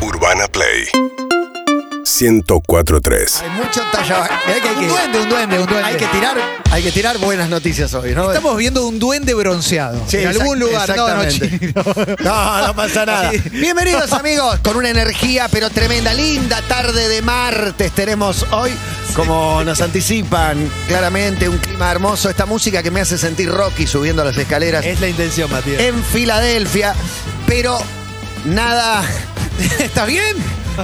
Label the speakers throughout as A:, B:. A: Urbana Play 104.3
B: Hay mucho talla. Hay que,
C: Un duende, un duende, un duende.
B: hay que tirar, hay que tirar buenas noticias hoy, ¿no?
C: Estamos viendo un duende bronceado.
B: Sí,
C: en
B: exact-
C: algún lugar. No, no,
B: exactamente.
C: chino.
B: No, no pasa nada.
C: Sí.
B: Bienvenidos amigos, con una energía pero tremenda, linda tarde de martes tenemos hoy, como nos anticipan claramente, un clima hermoso, esta música que me hace sentir Rocky subiendo las escaleras
C: Es la intención, Matías.
B: en Filadelfia, pero nada,
C: ¿Estás bien?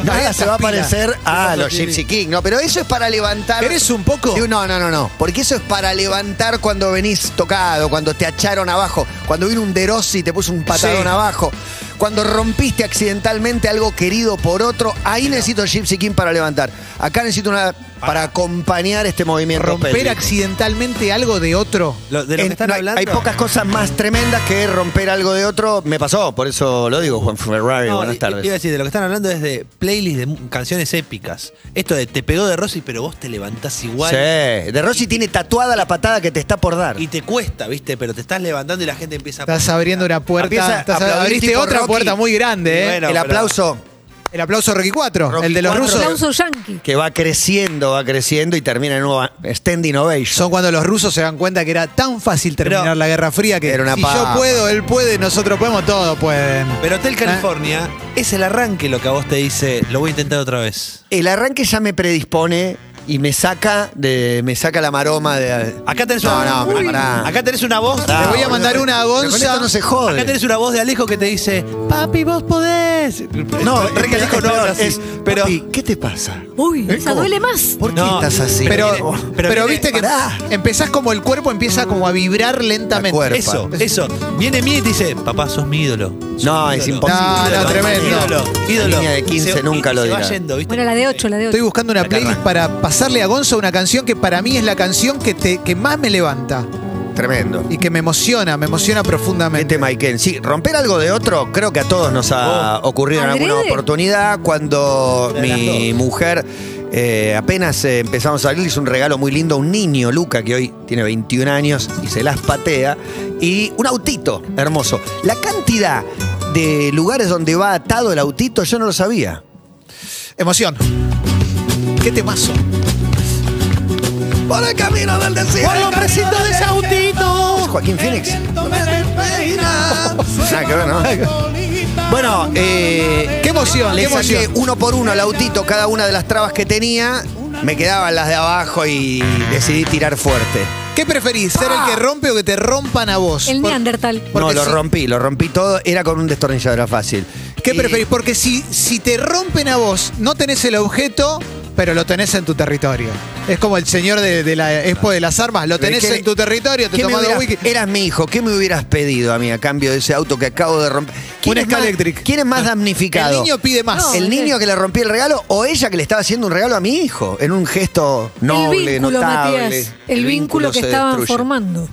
B: nada se va a parecer a los Gypsy King, ¿no? Pero eso es para levantar...
C: ¿Eres un poco?
B: Sí, No, no, no, no. Porque eso es para levantar cuando venís tocado, cuando te acharon abajo, cuando vino un Derossi y te puso un patadón
C: Sí.
B: abajo, cuando rompiste accidentalmente algo querido por otro. Ahí necesito Gypsy King para levantar. Acá necesito una para acompañar este movimiento.
C: Romper
B: pélvico.
C: accidentalmente algo de otro.
D: Lo- de lo
B: En-
D: que están
B: no, hay-
D: hablando.
B: Hay pocas cosas más tremendas que romper algo de otro. Me pasó, por eso lo digo, Juan Ferrari.
D: No,
B: Buenas
D: i- i- Iba a
B: tardes.
D: decir, de lo que están hablando es de playlist de mu- canciones épicas. Esto de te pegó de Rossi, pero vos te levantás igual.
B: Sí, de Rossi tiene tatuada la patada que te está por dar.
D: Y te cuesta, ¿viste? Pero te estás levantando y la gente empieza a.
C: Estás abriendo una
B: Empieza a
C: puerta. estás-
B: aplaudir
C: abriste
B: tipo
C: otra
B: Rocky.
C: puerta muy grande, ¿eh?
D: Bueno,
B: El
D: pero-
B: aplauso
C: El aplauso Rocky 4,
B: Rocky
C: el de los
B: IV.
C: rusos.
E: Aplauso yankee.
B: que va creciendo, va creciendo y termina en una stand innovation.
C: Son cuando los rusos se dan cuenta que era tan fácil terminar
D: Pero-
C: la Guerra Fría que
B: Era una
C: si
B: pava.
C: yo puedo, él puede, nosotros podemos, todos pueden.
D: Pero Hotel California es el arranque lo que a vos te dice, lo voy a intentar otra vez.
B: El arranque ya me predispone y me saca de me saca la maroma de
D: Acá tenés
B: No,
D: una.
B: no, pero pará.
D: Acá tenés una voz.
B: Ah,
C: Te voy a
B: boludo,
C: mandar una a
B: pero
C: Gonza.
B: con esto no se
D: Acá
B: jode.
D: tenés una voz de Alejo que te dice, papi, vos podés.
B: No,
D: Re que
B: es
D: Alejo no
B: peor,
D: habla así,
B: es,
D: pero
B: "Papi, ¿qué te pasa?
E: Uy,
B: Es
E: esa
B: como-
E: duele más.
B: ¿Por qué
D: No,
B: estás así?
C: Pero,
D: Pero
C: pero,
D: viene- pero viene-
C: viste que
B: Pará.
C: empezás como el cuerpo empieza como a vibrar lentamente.
B: cuerpa.
D: eso, eso. Viene mí y te dice, papá, sos mi ídolo.
B: no, Ah, es imposible.
C: No, no,
B: Mamá,
C: tremendo.
B: ídolo,
D: ídolo.
B: Niña de 15
D: Y se-
B: nunca
D: y
B: lo
D: se
B: dirá.
D: va yendo, ¿viste?
E: Bueno, la de 8, la de 8.
C: Estoy buscando una playlist para pasarle a Gonzo una canción que para mí es la canción que, te, que más me levanta
B: Tremendo.
C: y que me emociona, me emociona profundamente.
B: Este Maiken, sí, romper algo de otro creo que a todos nos ha ocurrido en alguna
E: ¿Adrede?
B: oportunidad. Cuando
D: Oh. De las
B: mi mujer eh, apenas eh, empezamos a salir, le hizo un regalo muy lindo a un niño, Luca, que hoy tiene 21 años y se las patea, y un autito hermoso. La cantidad de lugares donde va atado el autito yo no lo sabía.
C: Emoción. Qué temazo.
B: Por el camino del desierto.
C: Por los presitos de ese autito.
B: Joaquín Phoenix. Nada que ver, ¿no? Bueno, eh,
C: Qué emoción, qué
B: Le saqué
C: emoción.
B: uno por uno al autito cada una de las trabas que tenía. Me quedaban las de abajo y decidí tirar fuerte.
C: ¿Qué preferís? ¿Ser el que rompe o que te rompan a vos?
E: El
C: Por-
E: Neandertal.
C: Porque
B: no, lo
C: si-
B: rompí, lo rompí todo. Era con un destornillador era fácil.
C: ¿Qué
B: Y-
C: preferís? Porque si, si te rompen a vos, no tenés el objeto, pero lo tenés en tu territorio. Es como el señor de, de la expo de las armas, lo tenés
B: ¿Qué-
C: en tu territorio, te
B: ¿qué me Eh,
C: tomás dos
B: hubieras-
C: wikis.
B: Eras mi hijo, ¿qué me hubieras pedido a mí a cambio de ese auto que acabo de romper?
C: Un
B: es más-
C: Scalectric.
B: ¿Quién es más damnificado?
C: El niño pide más.
E: No.
B: ¿El niño que le rompí el regalo o ella que le estaba haciendo un regalo a mi hijo? En un gesto noble,
E: el vínculo,
B: notable.
E: Matías. El, vínculo que
B: se
E: estaban
B: destruye.
E: formando.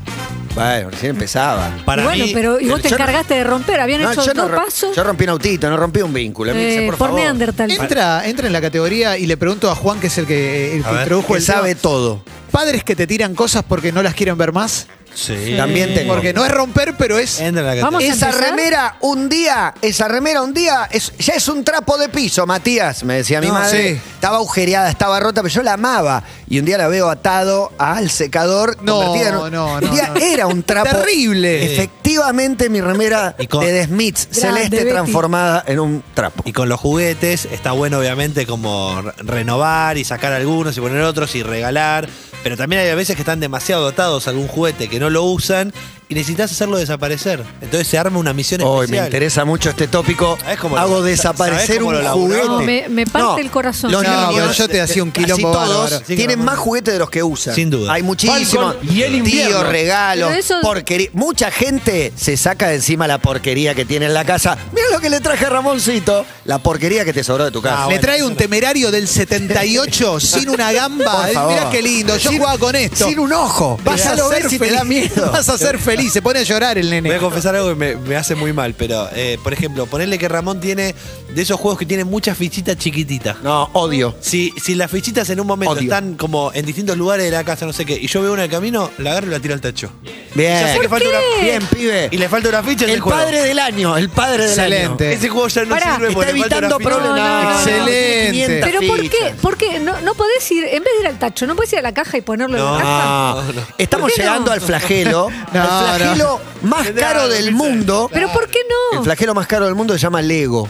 B: Bueno, recién empezaba.
D: Para
E: Y bueno,
D: mí,
E: pero y vos te
B: eh, yo no-
E: encargaste de romper. Habían
B: No,
E: hecho
B: yo, no,
E: dos
B: rom-
E: pasos
B: yo rompí un autito, no rompí un vínculo. Emilce,
E: eh,
B: por
E: por,
B: favor.
E: Neandertal.
C: Entra, entra en la categoría y le pregunto a Juan, que es el que, eh, el que
D: A ver.
C: introdujo
B: Que
C: el
B: sabe
C: tema.
B: todo.
C: Padres que te tiran cosas porque no las quieren ver más.
D: Sí.
B: También tengo.
C: Porque no es romper, pero es.
D: Entra en la
E: Vamos
D: categoría.
E: a
B: Esa
E: empezar?
B: remera un día, esa remera un día, es- ya es un trapo de piso, Matías, me decía mi
C: No,
B: madre.
C: sí.
B: Estaba agujereada, estaba rota, pero yo la amaba. Y un día la veo atado al secador.
C: No,
B: convertida en un-
C: no,
B: Un
C: no,
B: día
C: no.
B: era un trapo.
C: Terrible.
B: Efectivamente, mi remera
D: Y con-
B: de The Smiths,
E: Grande,
B: celeste,
E: Betty.
B: transformada en un trapo.
D: Y con los juguetes está bueno obviamente como re- renovar y sacar algunos y poner otros y regalar, pero también hay veces que están demasiado dotados a algún juguete que no lo usan y necesitas hacerlo desaparecer. Entonces se arma una misión
B: Hoy me
D: especial. Ah,
B: interesa mucho este tópico.
D: ¿Sabés cómo lo-
B: Hago
D: sabés
B: desaparecer
D: cómo
B: un
D: lo laburamos?
B: juguete.
E: No, me- me parte el corazón.
B: los
C: No,
B: niños,
C: pero yo te hacía un
B: así
C: quilombo
B: todos
C: bárbaro.
B: tienen más juguetes de los que usan.
D: Sin duda.
B: Hay muchísimos.
F: Falcon y el
B: Tío,
F: invierno.
B: regalos,
E: Pero eso-
B: porquería. Mucha gente se saca de encima la porquería que tiene en la casa. Mira lo que le traje a Ramoncito. La porquería que te sobró de tu
D: Ah,
B: casa.
C: Le trae un temerario del 78 sin una gamba.
B: Por favor.
C: Mira qué lindo, yo
B: Sin-
C: jugaba con esto.
B: Sin un ojo. Vas a
C: ser
B: ver si te
C: feliz.
B: da miedo.
C: Vas a ser feliz, se pone a llorar el
D: Voy
C: nene.
D: a confesar algo que me, me hace muy mal, pero eh, por ejemplo, ponerle que Ramón tiene de esos juegos que tienen muchas fichitas chiquititas.
B: No, odio.
D: Si, si las fichitas en un momento
B: Odio.
D: están como en distintos lugares de la casa, no sé qué, y yo veo una de camino, la agarro y la tiro al tacho.
B: Bien.
D: Ya sé que falta una-
B: Bien, pibe.
D: Y le falta una ficha en
B: el padre del año, el padre del
C: Excelente.
B: año.
D: Ese juego ya no
E: Pará.
D: sirve
B: Está
D: porque le falta
B: evitando
D: una ficha.
B: problemas.
E: No, no, no.
C: Excelente.
E: Pero ¿por qué?
B: fichas.
E: ¿Por qué? No, no podés ir, en vez de ir al tacho, no podés ir a la caja y ponerlo en la caja.
B: No,
D: No, no.
B: Ah, Estamos
E: ¿Por qué no?
B: llegando al flagelo.
C: No,
B: al flagelo más
D: Tendrá
B: caro
D: algo
B: del
D: que
B: mundo.
E: ¿Pero por qué no?
B: El flagelo más caro del mundo se llama Lego.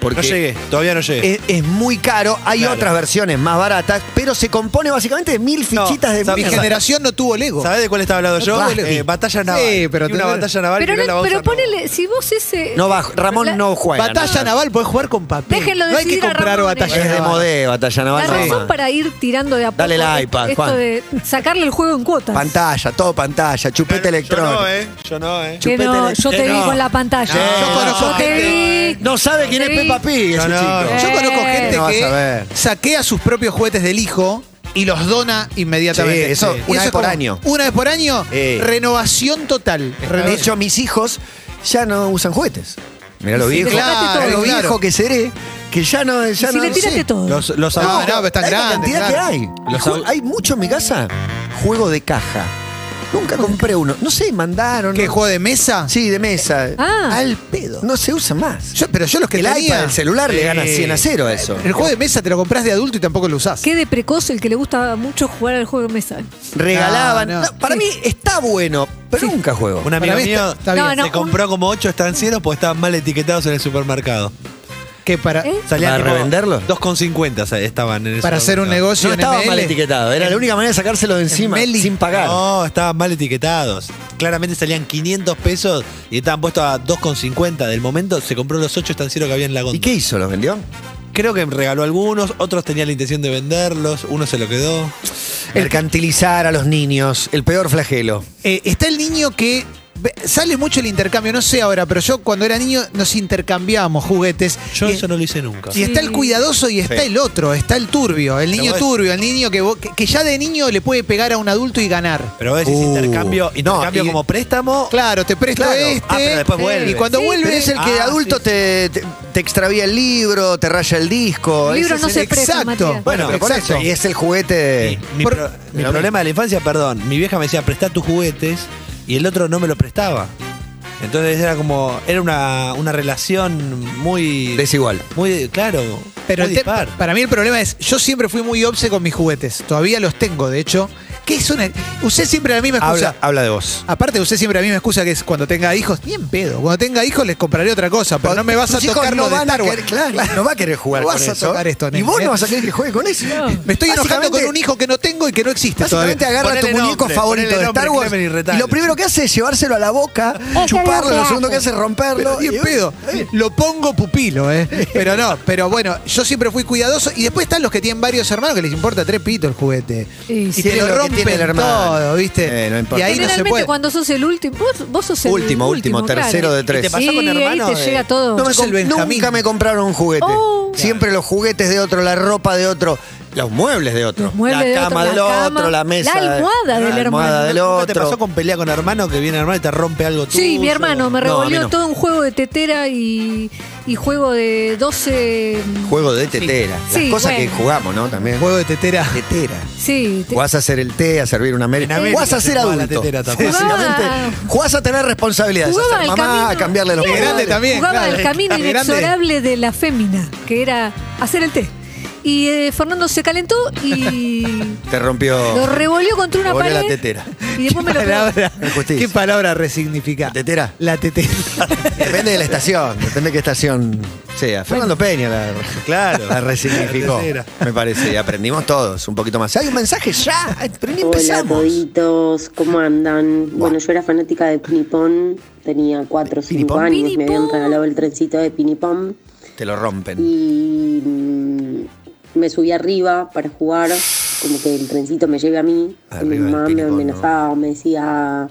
B: Porque
D: No llegué, todavía no llegué.
B: Es, es muy caro, hay
D: Claro.
B: otras versiones más baratas, pero se compone básicamente de mil
D: No,
B: fichitas de
D: ¿sabes?
C: Mi
B: mierda.
C: generación no tuvo Lego.
D: ¿Sabés de cuál estaba hablando yo?
B: Basti.
D: Eh, batalla naval.
C: Sí, pero
D: Y una
C: tener-
D: batalla naval
E: Pero,
D: que no la
E: no,
D: vamos a
E: pero
D: armar.
E: ponele, si vos ese.
B: No bajo, Ramón
E: La-
B: no juega.
C: Batalla
B: no.
C: naval, podés jugar con papel.
E: Déjenlo
C: no hay que
E: decidir a
C: comprar
E: Ramón,
C: batalla
E: eh.
B: Es de
C: naval.
B: modé, batalla
E: La
B: naval. no
E: razón
B: más.
E: para ir tirando de a poco
B: Dale el
E: es-
B: iPad,
E: esto
B: Juan.
E: de sacarle el juego en cuotas.
B: Pantalla, todo pantalla, chupete electrónico.
D: Yo no, ¿eh? Yo no, ¿eh?
E: Que
B: chupete
E: no,
B: de-
E: yo
B: que
E: te vi
B: no.
E: con la pantalla.
B: No,
C: yo conozco
E: te vi.
B: No sabe quién es
E: Sí.
B: Peppa Pig,
D: No,
B: ese
D: no,
B: chico.
D: no.
C: Yo
E: Eh.
C: conozco gente
B: No vas a ver.
C: que saquea sus propios juguetes del hijo y los dona inmediatamente.
B: Sí, eso,
C: Y
B: una vez
C: es
B: por
C: como-
B: año.
C: Una vez por año,
B: Eh.
C: renovación total.
B: De
C: Renovación.
B: hecho, mis hijos ya no usan juguetes. Mirá lo
E: Sí,
B: viejo,
E: claro,
B: mirá lo
C: claro.
B: viejo que seré, que ya no. Ya
E: Si
B: no
E: le tiraste
B: sé.
E: todo.
D: Los, los
C: No,
D: adultos-
C: no, pero están
B: La
C: grandes.
B: cantidad
C: claro.
B: que hay.
D: Los
B: Ju-
D: au-
B: hay mucho en mi casa. Juego de caja. Nunca compré uno. No sé, mandaron.
C: ¿Qué
B: no-
C: juego de mesa?
B: Sí, de mesa.
E: Ah.
B: Al pedo. No se usa más.
C: Yo- pero yo los que
B: el
C: tenía-
B: iPad, el celular le gana
D: Sí.
B: 100 a 0 a eso.
C: El juego de mesa te lo compras de adulto y tampoco lo usás.
E: Qué de precoz el que le gusta mucho jugar al juego de mesa.
B: Regalaban.
C: No, no.
B: No, para
E: Sí.
B: mí está bueno, pero nunca juego.
D: Un amigo
C: Para mí
D: mío
C: está- está
E: No,
C: bien.
E: no.
D: se compró como ocho estancieros porque estaban mal etiquetados en el supermercado.
C: Que para,
E: ¿Eh?
D: Salían
B: ¿Para
D: tipo
B: revenderlos?
D: 2,50 sa- estaban en el
C: para hacer un
D: supermercado.
C: negocio
B: No
C: en Eh,
B: estaba
C: ML,
B: mal etiquetado. Era la única manera de sacárselo de encima
C: Meli.
B: sin pagar.
D: No, estaban mal etiquetados. Claramente salían 500 pesos y estaban puestos a 2,50. Del momento se compró los ocho estancieros que había en la
B: ¿Y
D: góndola.
B: qué hizo? ¿Los vendió?
D: Creo que regaló algunos, otros tenían la intención de venderlos, uno se lo quedó.
B: Mercantilizar a los niños. El peor flagelo.
C: eh, está el niño que ve- sale mucho el intercambio, no sé ahora, pero yo cuando era niño nos intercambiábamos juguetes.
D: Yo
C: y,
D: eso no lo hice nunca.
C: y está el cuidadoso y está
B: Sí.
C: el otro, está el turbio, el niño
D: vos-
C: turbio, el niño que, vos- que- que ya de niño le puede pegar a un adulto y ganar.
D: Pero vos decís
B: Uh,
D: intercambio,
B: no,
D: intercambio
B: y-
D: como préstamo.
C: Claro, te presto
B: Claro.
C: este.
D: Ah, pero después vuelve.
C: Y cuando
E: Sí.
C: vuelve
B: Pero es el que
D: Ah,
B: de adulto
D: sí.
B: te, te- te extravía el libro, te raya el disco.
E: El libro
B: Ese
E: no
B: es
E: se presta,
C: exacto.
E: Matías.
B: Bueno, pero por
C: Exacto.
B: eso. Y es el juguete.
D: Mi, mi
C: Por-
D: pro- mi
B: la-
D: problema de la infancia, perdón, mi vieja me decía, prestá tus juguetes y el otro no me lo prestaba. Entonces era como, era una, una relación muy...
B: Desigual.
D: Muy, claro,
C: Pero
D: muy
C: el te-
D: dispar.
C: para mí el problema es, yo siempre fui muy obse con mis juguetes. Todavía los tengo, de hecho. Que es una. Usé siempre la misma excusa.
B: Habla, habla de vos.
C: Aparte, usé siempre la misma excusa que es cuando tenga hijos, ni en pedo. Cuando tenga hijos les compraré otra cosa, pero no me vas a
B: Tus hijos
C: tocar
B: no
C: lo de
B: van a
C: Star Wars.
B: querer- claro, no va a querer jugar
C: No
B: con
C: vas a
B: eso.
C: tocar esto,
B: y
C: nene.
B: vos no vas a querer que juegue con eso.
C: Me estoy enojando con
B: Básicamente-
C: un hijo que no tengo y que no existe todavía.
B: Básicamente agarra
D: Ponele
B: tu muñeco
D: nombre,
B: favorito
D: ponele
B: de
D: nombre,
B: Star Wars
D: Clemen y
B: y,
D: Retal.
B: lo primero que hace es llevárselo a la boca, chuparlo, lo segundo que hace es romperlo.
C: Pero ni en
B: y-
C: pedo. Lo pongo pupilo, ¿eh? Pero no, pero bueno, yo siempre fui cuidadoso. Y después están los que tienen varios hermanos que les importa tres pitos el juguete.
E: Y
C: Y,
E: sí.
C: te
B: Tiene
C: lo
B: lo que tiene
C: rompen
B: el hermano.
C: todo, ¿viste?
B: Eh, no importa.
C: y ahí no se
E: Generalmente
C: puede.
E: cuando sos el último, vos, vos sos el
B: Último,
E: último,
B: último,
E: claro.
B: tercero de
E: Y
B: tres.
E: te
D: pasó
E: sí,
D: con hermano
E: ahí te
D: de-
E: llega todo.
B: No me
C: Sos el
B: comp-
C: Benjamín.
B: nunca me compraron un juguete.
E: Oh.
B: Siempre los juguetes de otro, la ropa de otro, los muebles de otro.
E: Los muebles de
B: la
E: otro,
B: cama
E: la
B: del otro,
E: cama,
B: la mesa.
E: la almohada del
B: la
E: hermano.
B: almohada del
D: ¿Nunca
B: otro.
D: te pasó con pelea con hermano que viene hermano y te rompe algo tuyo?
E: Sí, mi hermano me
B: No, a mí
E: revolvió
B: no.
E: todo un juego de tetera y, y juego de 12.
B: Juego de tetera.
E: Sí,
B: Las cosas
E: bueno.
B: que jugamos, ¿no? También.
C: Juego de tetera.
B: tetera.
E: Sí, te-
B: Jugás a hacer el té, a servir una
D: En
B: merienda.
D: América
B: Jugás a
D: se
B: ser
D: jugaba la
B: adulto.
D: tetera también.
B: Básicamente,
E: Jugaba-
B: jugás a tener responsabilidades. A
E: jugaba
B: ser
E: al
B: mamá,
E: camino.
B: a cambiarle los
E: Claro,
B: pañales.
C: grande también,
E: Jugaba
C: claro.
E: el camino
C: De grande.
E: inexorable de la fémina, que era hacer el té. Y eh, Fernando se calentó y
B: Te rompió.
E: lo revolvió contra una
B: Oh. Volvió
E: pared.
B: la tetera.
E: Y después me lo pegó.
C: palabra,
B: Injusticia.
C: ¿Qué palabra resignifica?
B: ¿La tetera?
C: La tetera.
B: Depende de la estación, depende de qué estación sea. Fernando Peña la,
D: Claro.
B: la resignificó,
D: La tetera.
B: me parece. Y aprendimos todos un poquito más. Hay un mensaje ya, eh, pero ni
A: Hola,
B: empezamos.
A: boitos, ¿cómo andan? Bueno, yo era fanática de Pinipón, tenía 4 o 5
B: Pinipón.
A: años, me
E: Pinipón.
A: habían regalado el trencito de Pinipón
B: Te lo rompen.
A: y mm, me subí arriba para jugar, como que el trencito me lleve a mí. Y mi
B: Arriba del
A: mamá me
B: Pinipón, ¿no?
A: amenazaba, me decía,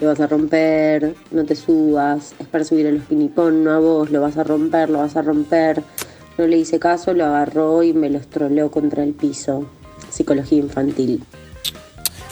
A: lo vas a romper, no te subas, es para subir a los Pinipón, no a vos, lo vas a romper, lo vas a romper. No le hice caso, lo agarró y me los troleó contra el piso. Psicología infantil.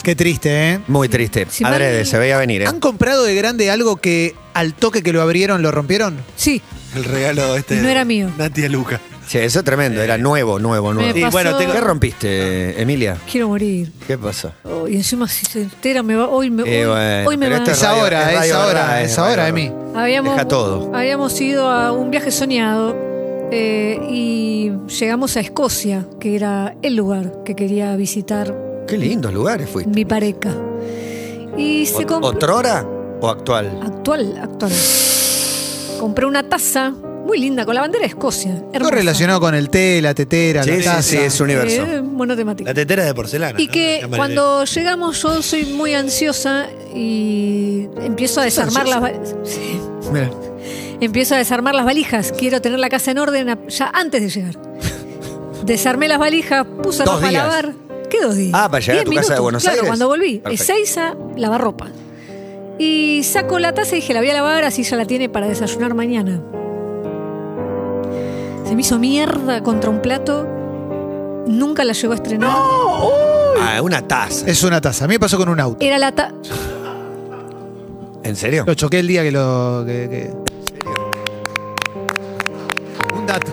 C: Qué triste, ¿eh?
B: Muy triste.
E: Si mal-
B: Adrede, se veía venir. ¿eh?
C: ¿Han comprado de grande algo que al toque que lo abrieron lo rompieron?
E: Sí,
D: El regalo este.
E: Y no era mío.
D: Nati a Luca.
B: Sí, eso es tremendo. Era nuevo, nuevo,
E: me
B: nuevo.
D: Y
E: pasó.
D: bueno, tengo-
B: ¿Qué rompiste, Emilia?
E: Quiero morir.
B: ¿Qué pasó?
E: Oh, y encima si se entera me va, hoy me,
B: Eh,
E: hoy,
B: bueno,
E: hoy me
B: pero
E: va.
B: esto
C: Es
B: radio-
C: ahora,
B: es
C: es,
B: radio
C: ahora,
B: verdad, es
C: es ahora,
B: radio
C: Emi.
E: Habíamos,
B: Deja todo.
E: Habíamos ido a un viaje soñado eh, y llegamos a Escocia, que era el lugar que quería visitar
B: Qué lindos lugares fuiste.
E: mi pareja. Y se
B: ¿Ot-
E: compró.
B: ¿Otrora o actual?
E: Actual, actual. Compré una taza muy linda con la bandera de Escocia.
C: Algo
E: hermosa.
C: relacionado con el té, la tetera,
B: Sí,
C: la
B: sí,
C: taza.
B: sí, es universo.
E: Eh, monotemática.
D: La tetera de porcelana.
E: Y
D: ¿no?
E: que
D: Ya me
E: cuando llegamos yo soy muy ansiosa y empiezo a desarmar las va- sí.
B: Mira.
E: empiezo a desarmar las valijas. Quiero tener la casa en orden a- ya antes de llegar. Desarmé las valijas, puse
B: Dos
E: ropa
B: días.
E: a lavar. ¿Qué dos días?
B: Ah, para llegar
E: Diez
B: a tu casa de Buenos
E: claro,
B: Aires.
E: cuando volví,
B: Perfecto.
E: Ezeiza, lavar ropa. Y saco la taza y dije, la voy a lavar, así ya la tiene para desayunar mañana. Se me hizo mierda contra un plato. Nunca la llegó a estrenar.
B: Ah, una taza.
C: Es una taza. A mí me pasó con un
B: Eh.
C: auto.
E: Era la ta-
B: ¿En serio?
C: Lo choqué el día que lo. que- que- Un dato.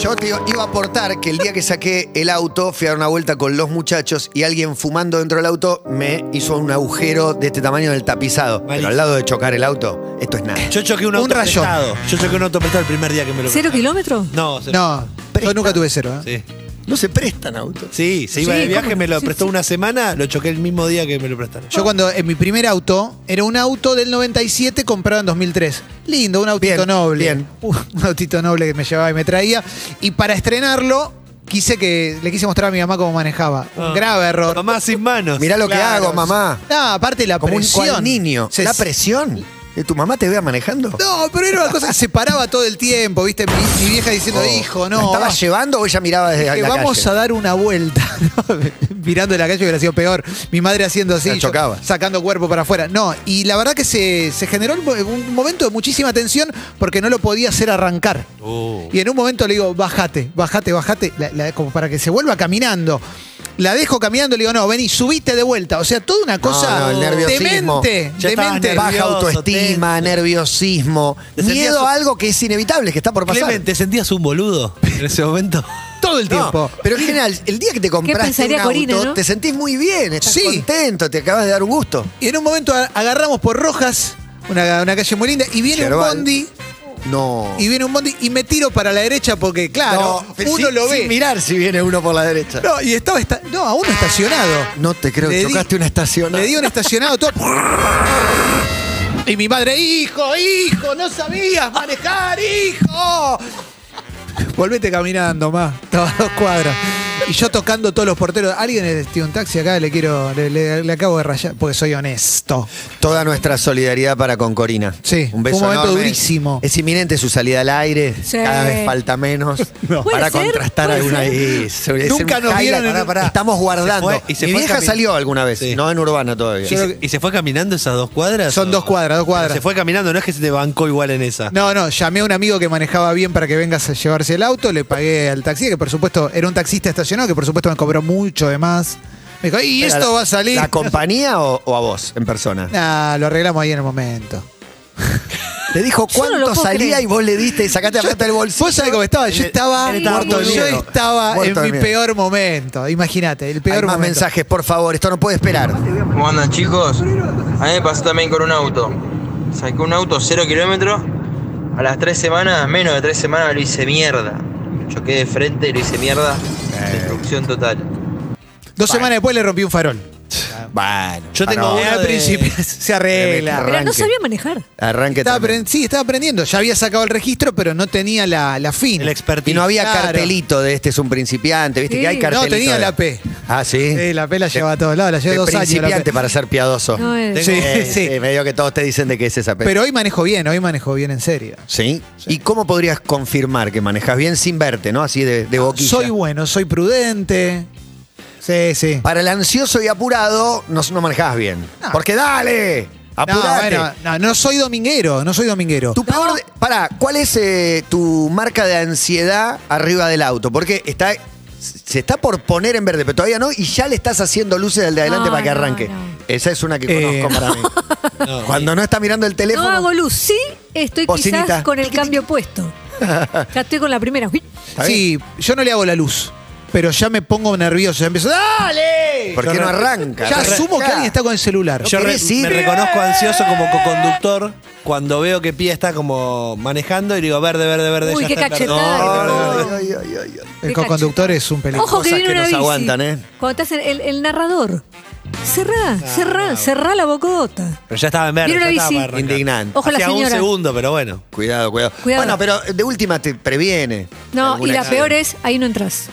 B: Yo te iba iba a aportar que el día que saqué el auto, fui a dar una vuelta con los muchachos y alguien fumando dentro del auto me hizo un agujero de este tamaño del tapizado. Pero
D: Malísimo.
B: al lado de chocar el auto, esto es nada.
D: Yo choqué un
C: Un
D: auto
C: rayón.
D: prestado. Yo choqué un auto prestado el primer día que me lo
E: ¿Cero
D: prestaron.
E: kilómetro?
D: No, cero.
C: No, yo nunca tuve cero. ¿eh?
D: Sí.
B: No se prestan autos.
D: Sí, se iba
E: Sí,
D: de viaje,
E: ¿cómo?
D: me lo
E: Sí, Ah.
D: prestó
E: sí.
D: una semana, lo choqué el mismo día que me lo prestaron.
C: Yo cuando en mi primer auto, era un auto del 97 comprado en 2003. Lindo, un autito
B: Bien,
C: noble.
B: bien.
C: Uh, Un autito noble que me llevaba y me traía. Y para estrenarlo, quise que le quise mostrar a mi mamá cómo manejaba. Un grave error.
D: Mamá sin manos.
B: Mirá lo que
C: Claro.
B: hago, mamá.
C: No, aparte la
B: Como un
C: presión.
B: cual niño.
C: Se-
B: ¿La presión? ¿Que ¿Tu mamá te vea manejando?
C: No, pero era una cosa que se paraba todo el tiempo, ¿viste? Mi, mi vieja diciendo,
B: Oh,
C: hijo,
B: ¿La
C: no.
B: estabas
C: va,
B: llevando o ella miraba desde
C: que
B: la
C: vamos
B: calle?
C: a dar una vuelta. ¿no? Mirando la calle hubiera sido peor. Mi madre haciendo así.
B: La
C: yo
B: chocaba.
C: Sacando cuerpo para afuera. No, y la verdad que se, se generó un, mo- un momento de muchísima tensión porque no lo podía hacer arrancar.
D: Uh.
C: Y en un momento le digo, bájate, bájate, bájate, la- la- como para que se vuelva caminando. La dejo caminando, le digo, no, vení, subiste de vuelta. O sea, toda una cosa
B: no, el nerviosismo.
C: demente,
D: Ya estabas
C: demente.
D: nervioso.
B: Baja autoestima, nerviosismo,
D: Te sentías
B: miedo
D: su-
B: a algo que es inevitable, que está por pasar.
D: Clemente, ¿te sentías un boludo en ese momento?
C: Todo el tiempo.
B: Pero en general, el día que te compraste un
E: pensaría
B: auto,
E: Corina, no?
B: te sentís muy bien, estás
C: Sí.
B: contento, te acabas de dar un gusto.
C: Y en un momento a- agarramos por Rojas, una, una calle muy linda, y viene
B: Yerbal.
C: un bondi,
B: No.
C: y viene un bondi, y me tiro para la derecha porque, claro,
B: pero
C: uno
B: sin-
C: lo ve.
B: Sin mirar si viene uno por la derecha.
C: no, y estaba esta- no, a uno estacionado.
B: No te creo,
C: Le di-
B: chocaste una estación.
C: Le di un estacionado todo. Y mi madre, hijo, hijo, no sabías manejar, hijo. Volvete caminando, más. Estaba a dos cuadras. Y yo tocando todos los porteros. Alguien es tío, un taxi acá, le quiero, le, le- le acabo de rayar, porque soy honesto.
B: Toda nuestra solidaridad para con Corina.
C: Sí,
B: un beso
C: un momento
B: enorme.
C: durísimo.
B: Es inminente su salida al aire.
E: Sí.
B: Cada vez falta menos.
E: ¿Puede
B: Para
E: ser?
B: contrastar
E: ¿Puede
B: alguna.
E: ser?
B: y sobre-
C: Nunca
B: es un highlight.
C: nos vieron en-
B: Pará, pará. Estamos guardando.
D: Se fue- y se
B: Mi
D: fue
B: vieja
D: camin-
B: salió alguna vez,
D: Sí.
B: no en Urbana todavía.
D: ¿Y se, y se fue caminando esas dos cuadras?
C: Son
D: o-
C: dos cuadras, dos cuadras.
D: Pero Se fue caminando, no es que se te bancó igual en esa.
C: No, no, llamé a un amigo que manejaba bien para que vengas a llevarse el auto, le pagué al taxi, que por supuesto era un taxista estacionado, que por supuesto me cobró mucho de más. Me dijo, y
B: Pero
C: esto
B: la-
C: va a salir.
B: ¿La compañía o, o a vos en persona?
C: Nah, lo arreglamos ahí en el momento.
B: Te dijo
E: Yo no lo
B: cuánto
E: puedo
B: salía
E: creer.
B: y vos le diste y sacaste la plata del bolsillo.
C: Vos sabés cómo estaba, yo
B: Él-
C: estaba,
B: él estaba
E: muerto de
C: yo
B: miedo.
C: estaba en
B: Muerto de
C: mi
B: miedo.
C: peor momento. Imagínate, el peor
B: Hay más
C: momento.
B: mensajes, por favor, esto no puede esperar.
F: ¿Cómo andan chicos? A mí me pasó también con un auto. Saqué un auto 0 kilómetros. A las tres semanas, menos de tres semanas, lo hice mierda. Choqué de frente y lo hice mierda. Destrucción total.
C: Dos semanas después le rompí un farol.
B: Bueno,
D: Yo tengo
B: pará.
D: uno
C: Al
D: de-
C: principio se arregla.
B: Arranque.
E: Pero no sabía manejar.
B: Arranque
C: Estaba
B: también.
C: apren- sí, estaba aprendiendo. Ya había sacado el registro, pero no tenía la, la fina.
D: El expertise.
B: Y no había
C: Claro.
B: cartelito de este es un principiante, viste
E: Sí.
B: que hay
E: No,
B: cartelito.
C: tenía
B: de-
C: la P.
B: Ah, sí.
C: Eh, la P la llevaba a todos lados, la
B: De
C: llevé dos años. la P.
B: principiante para ser piadoso.
E: No, eh.
D: Tengo-
C: Sí,
B: Eh,
C: sí.
B: sí, medio que todos te dicen de que es esa P.
C: Pero hoy manejo bien, hoy manejo bien en serio.
B: ¿Sí? ¿Y cómo podrías confirmar que manejas bien sin verte, no? Así de, de boquilla.
C: Soy bueno, soy prudente. Sí, sí.
B: Para el ansioso y apurado, no, no manejás bien.
C: No.
B: Porque dale,
C: No,
B: apurate.
C: bueno, no, no soy dominguero, no soy dominguero.
B: Tu peor. de- pará, ¿cuál es eh, tu marca de ansiedad arriba del auto? Porque está se está por poner en verde, pero todavía no, y ya le estás haciendo luces al de adelante
E: No,
B: para que
E: no,
B: arranque.
E: no.
B: Esa es una que
C: Eh.
B: conozco para mí.
D: No,
B: Cuando no está mirando el
E: No
B: teléfono.
E: hago luz, sí estoy
B: Bocinita.
E: quizás con el cambio puesto. Ya estoy con la primera. Uy.
B: ¿Está
C: Sí, yo no le hago la luz, pero ya me pongo nervioso. Ya empiezo, ¡dale!
B: ¿Por qué no arranca?
C: Ya asumo que
B: Arranca.
C: alguien está con el celular.
D: Yo re-
B: querés ir?
D: me reconozco ansioso como coconductor cuando veo que Pía está como manejando y digo verde, verde, verde.
E: Uy,
D: ya
E: qué
D: está,
E: cachetada.
D: perdón.
E: Ay,
B: Ay, ay, ay, ay, ay.
C: el co-conductor es un peligro.
E: Ojo que
B: cosas
E: viene
B: que
E: una
B: nos
E: bici.
B: aguantan, ¿eh? Ah,
E: Cuando te hacen el, el narrador. Cerrá, cerrá, cerrá la bocota.
D: Pero ya estaba en verde,
E: Viene
D: ya
E: una
D: estaba
E: bici.
D: para arrancar.
B: Indignante.
E: Ojo la
D: Hacía un
E: señora.
D: segundo, pero bueno.
B: Cuidado, cuidado,
E: Cuidado.
B: Bueno, pero de última te previene.
E: No,
B: Alguna
E: y la
B: acción.
E: peor es, ahí no entras.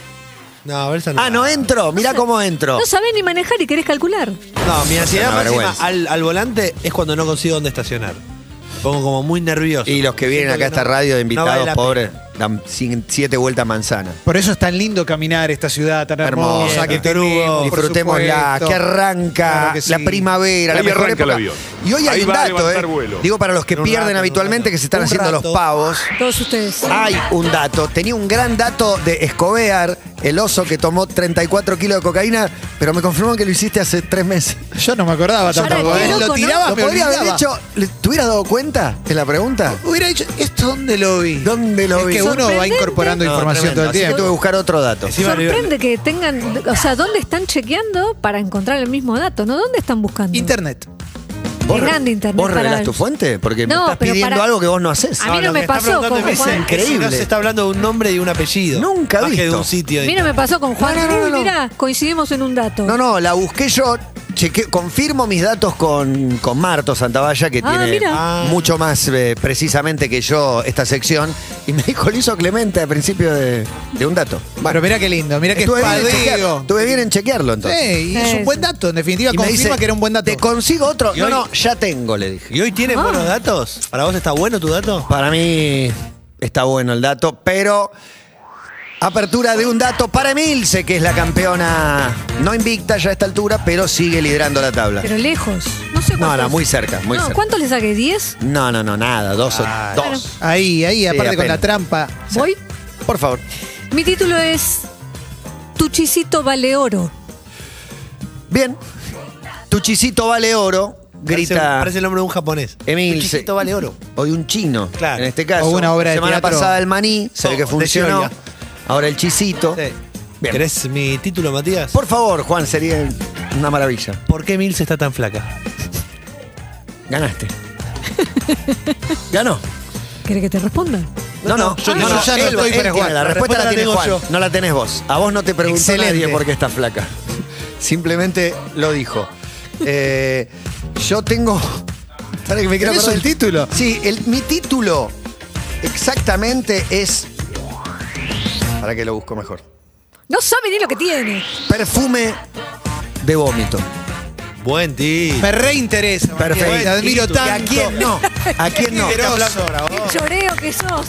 D: No, a ver, esa
B: Ah, no entro. Mirá cómo entro.
E: No sabés ni manejar y querés calcular.
D: No, mi ansiedad
B: una
D: máxima
B: vergüenza.
D: al, al volante es cuando no consigo dónde estacionar. Me Pongo como muy nervioso.
B: Y los que vienen acá a esta radio de invitados,
D: pobre
B: pobres, dan cin- siete vueltas manzana.
C: Por eso es tan lindo caminar esta ciudad tan hermosa,
B: Hermosa.
C: que tenemos. por
B: Disfrutémosla,
C: supuesto.
B: que arranca
C: Claro que
B: la
C: sí.
B: primavera, la
G: Ahí
B: mejor
G: arranca
B: época.
G: el avión.
B: Y hoy hay
G: Ahí
B: un
G: va a
B: dato,
G: levantar
B: eh.
G: vuelo.
B: digo para los que
D: En un
B: pierden
D: rato, en un
B: habitualmente
D: rato.
B: que se están
D: Un
B: haciendo los
D: rato.
B: pavos.
E: Todos ustedes.
B: Hay un dato, tenía un gran dato de Escobear, el oso que tomó 34 kilos de cocaína, pero me confirmó que lo hiciste hace tres meses.
C: Yo no me acordaba
E: Yo
C: tampoco.
E: Pará, qué
C: ¿eh?
E: loco,
C: Lo
E: ¿no?
C: tiraba,
B: ¿Lo
C: me
B: podría haber
C: olvidaba.
B: hecho? ¿Le- ¿Te hubieras dado cuenta? Es la pregunta.
C: Hubiera dicho, ¿esto dónde lo vi?
B: ¿Dónde lo
C: es
B: vi?
C: que uno va
E: Sorprendente.
C: incorporando
B: No,
C: información
B: tremendo.
C: todo el
B: Así que tuve que
C: tiempo.
B: buscar otro dato.
D: Encima le-
E: Sorprende que tengan, o sea, ¿dónde están chequeando para encontrar el mismo dato? ¿No? ¿Dónde están buscando?
C: Internet.
E: Es grande internet
B: ¿Vos
E: para-
B: revelás tu fuente? Porque me
E: No,
B: estás
E: pero
B: pidiendo
E: para-
B: algo que vos no haces.
E: A mí no
D: Ah, lo
E: me
D: que está
E: pasó
D: preguntando
E: con
D: es
E: Juan.
D: que si
B: Increíble.
D: No se está hablando de un nombre y un apellido.
B: Nunca
D: Más que de
B: visto.
D: un sitio.
E: Mira, me pasó con Juan.
B: No, no, no,
E: Uy,
B: no, no.
E: mirá, coincidimos en un dato.
B: No, no, la busqué yo. chequeé- confirmo mis datos con, con Marto Santavalla, que
E: Ah,
B: tiene
E: mira.
D: Ah.
B: mucho más eh, precisamente que yo esta sección. Y me dijo, lo hizo Clemente al principio de, de un dato.
C: Bueno, mira qué lindo, mira qué
B: Estuve bien, en chequearlo,
C: espadeo.
B: estuve bien en chequearlo entonces.
C: Sí, y es
E: Sí,
C: un buen dato, en definitiva,
B: Y me
C: confirma
B: dice,
C: que era un buen dato.
B: Te consigo otro.
D: Y
B: No,
D: hoy-
B: no, ya tengo, le dije.
D: ¿Y hoy tiene
E: Ah.
D: buenos datos? ¿Para vos está bueno tu dato?
B: Para mí está bueno el dato, pero apertura de un dato para Emilce, que es la campeona no invicta ya a esta altura, pero sigue liderando la tabla.
E: Pero lejos. No sé
B: No,
E: cuántos.
B: no, muy cerca, muy
E: No,
B: cerca.
E: ¿Cuántos le saqué? ¿10?
B: No, no, no, nada, dos o dos.
C: Ahí, ahí, aparte con
B: apenas.
C: la trampa.
E: Voy.
B: Por favor.
E: Mi título es Tu chisito vale oro.
B: Bien. Tu chisito vale oro, grita
D: Parece, parece el nombre de un japonés.
B: Emilce.
D: Tu chiquito vale oro.
B: o de un chino.
D: Claro.
B: En este caso.
C: O una obra de
B: Semana
C: teatro.
B: pasada el maní, se ve
D: O
B: que
D: de
B: funcionó.
D: Gioia.
B: Ahora el chisito.
D: Sí.
B: Bien.
D: ¿Querés mi título, Matías?
B: Por favor, Juan, sería una maravilla.
D: ¿Por qué Emilce está tan flaca?
B: Ganaste. Ganó.
E: ¿Querés que te responda?
B: No, no, yo,
C: no, yo ya no estoy para jugar.
B: La
C: La
B: respuesta la, tiene
D: tengo
B: Juan,
D: yo.
B: no la tenés vos. A vos no te preguntó
C: Excelente.
B: nadie por qué estás flaca. Simplemente lo dijo. Eh, yo tengo... Pará que me quiero
C: ¿Tenés
B: acordar
C: un
B: del-
C: título?
B: Sí, el- mi título exactamente es... Para que lo busco mejor.
E: No sabe ni lo que tiene.
B: Perfume de vómito.
D: Buen título.
C: Me reinteresa. Matías,
B: Perfecto.
C: Te admiro
B: ¿Y
C: tanto.
B: ¿A quién no? ¿A quién no?
C: Pero-
E: Qué
D: Oh.
E: choreo que sos.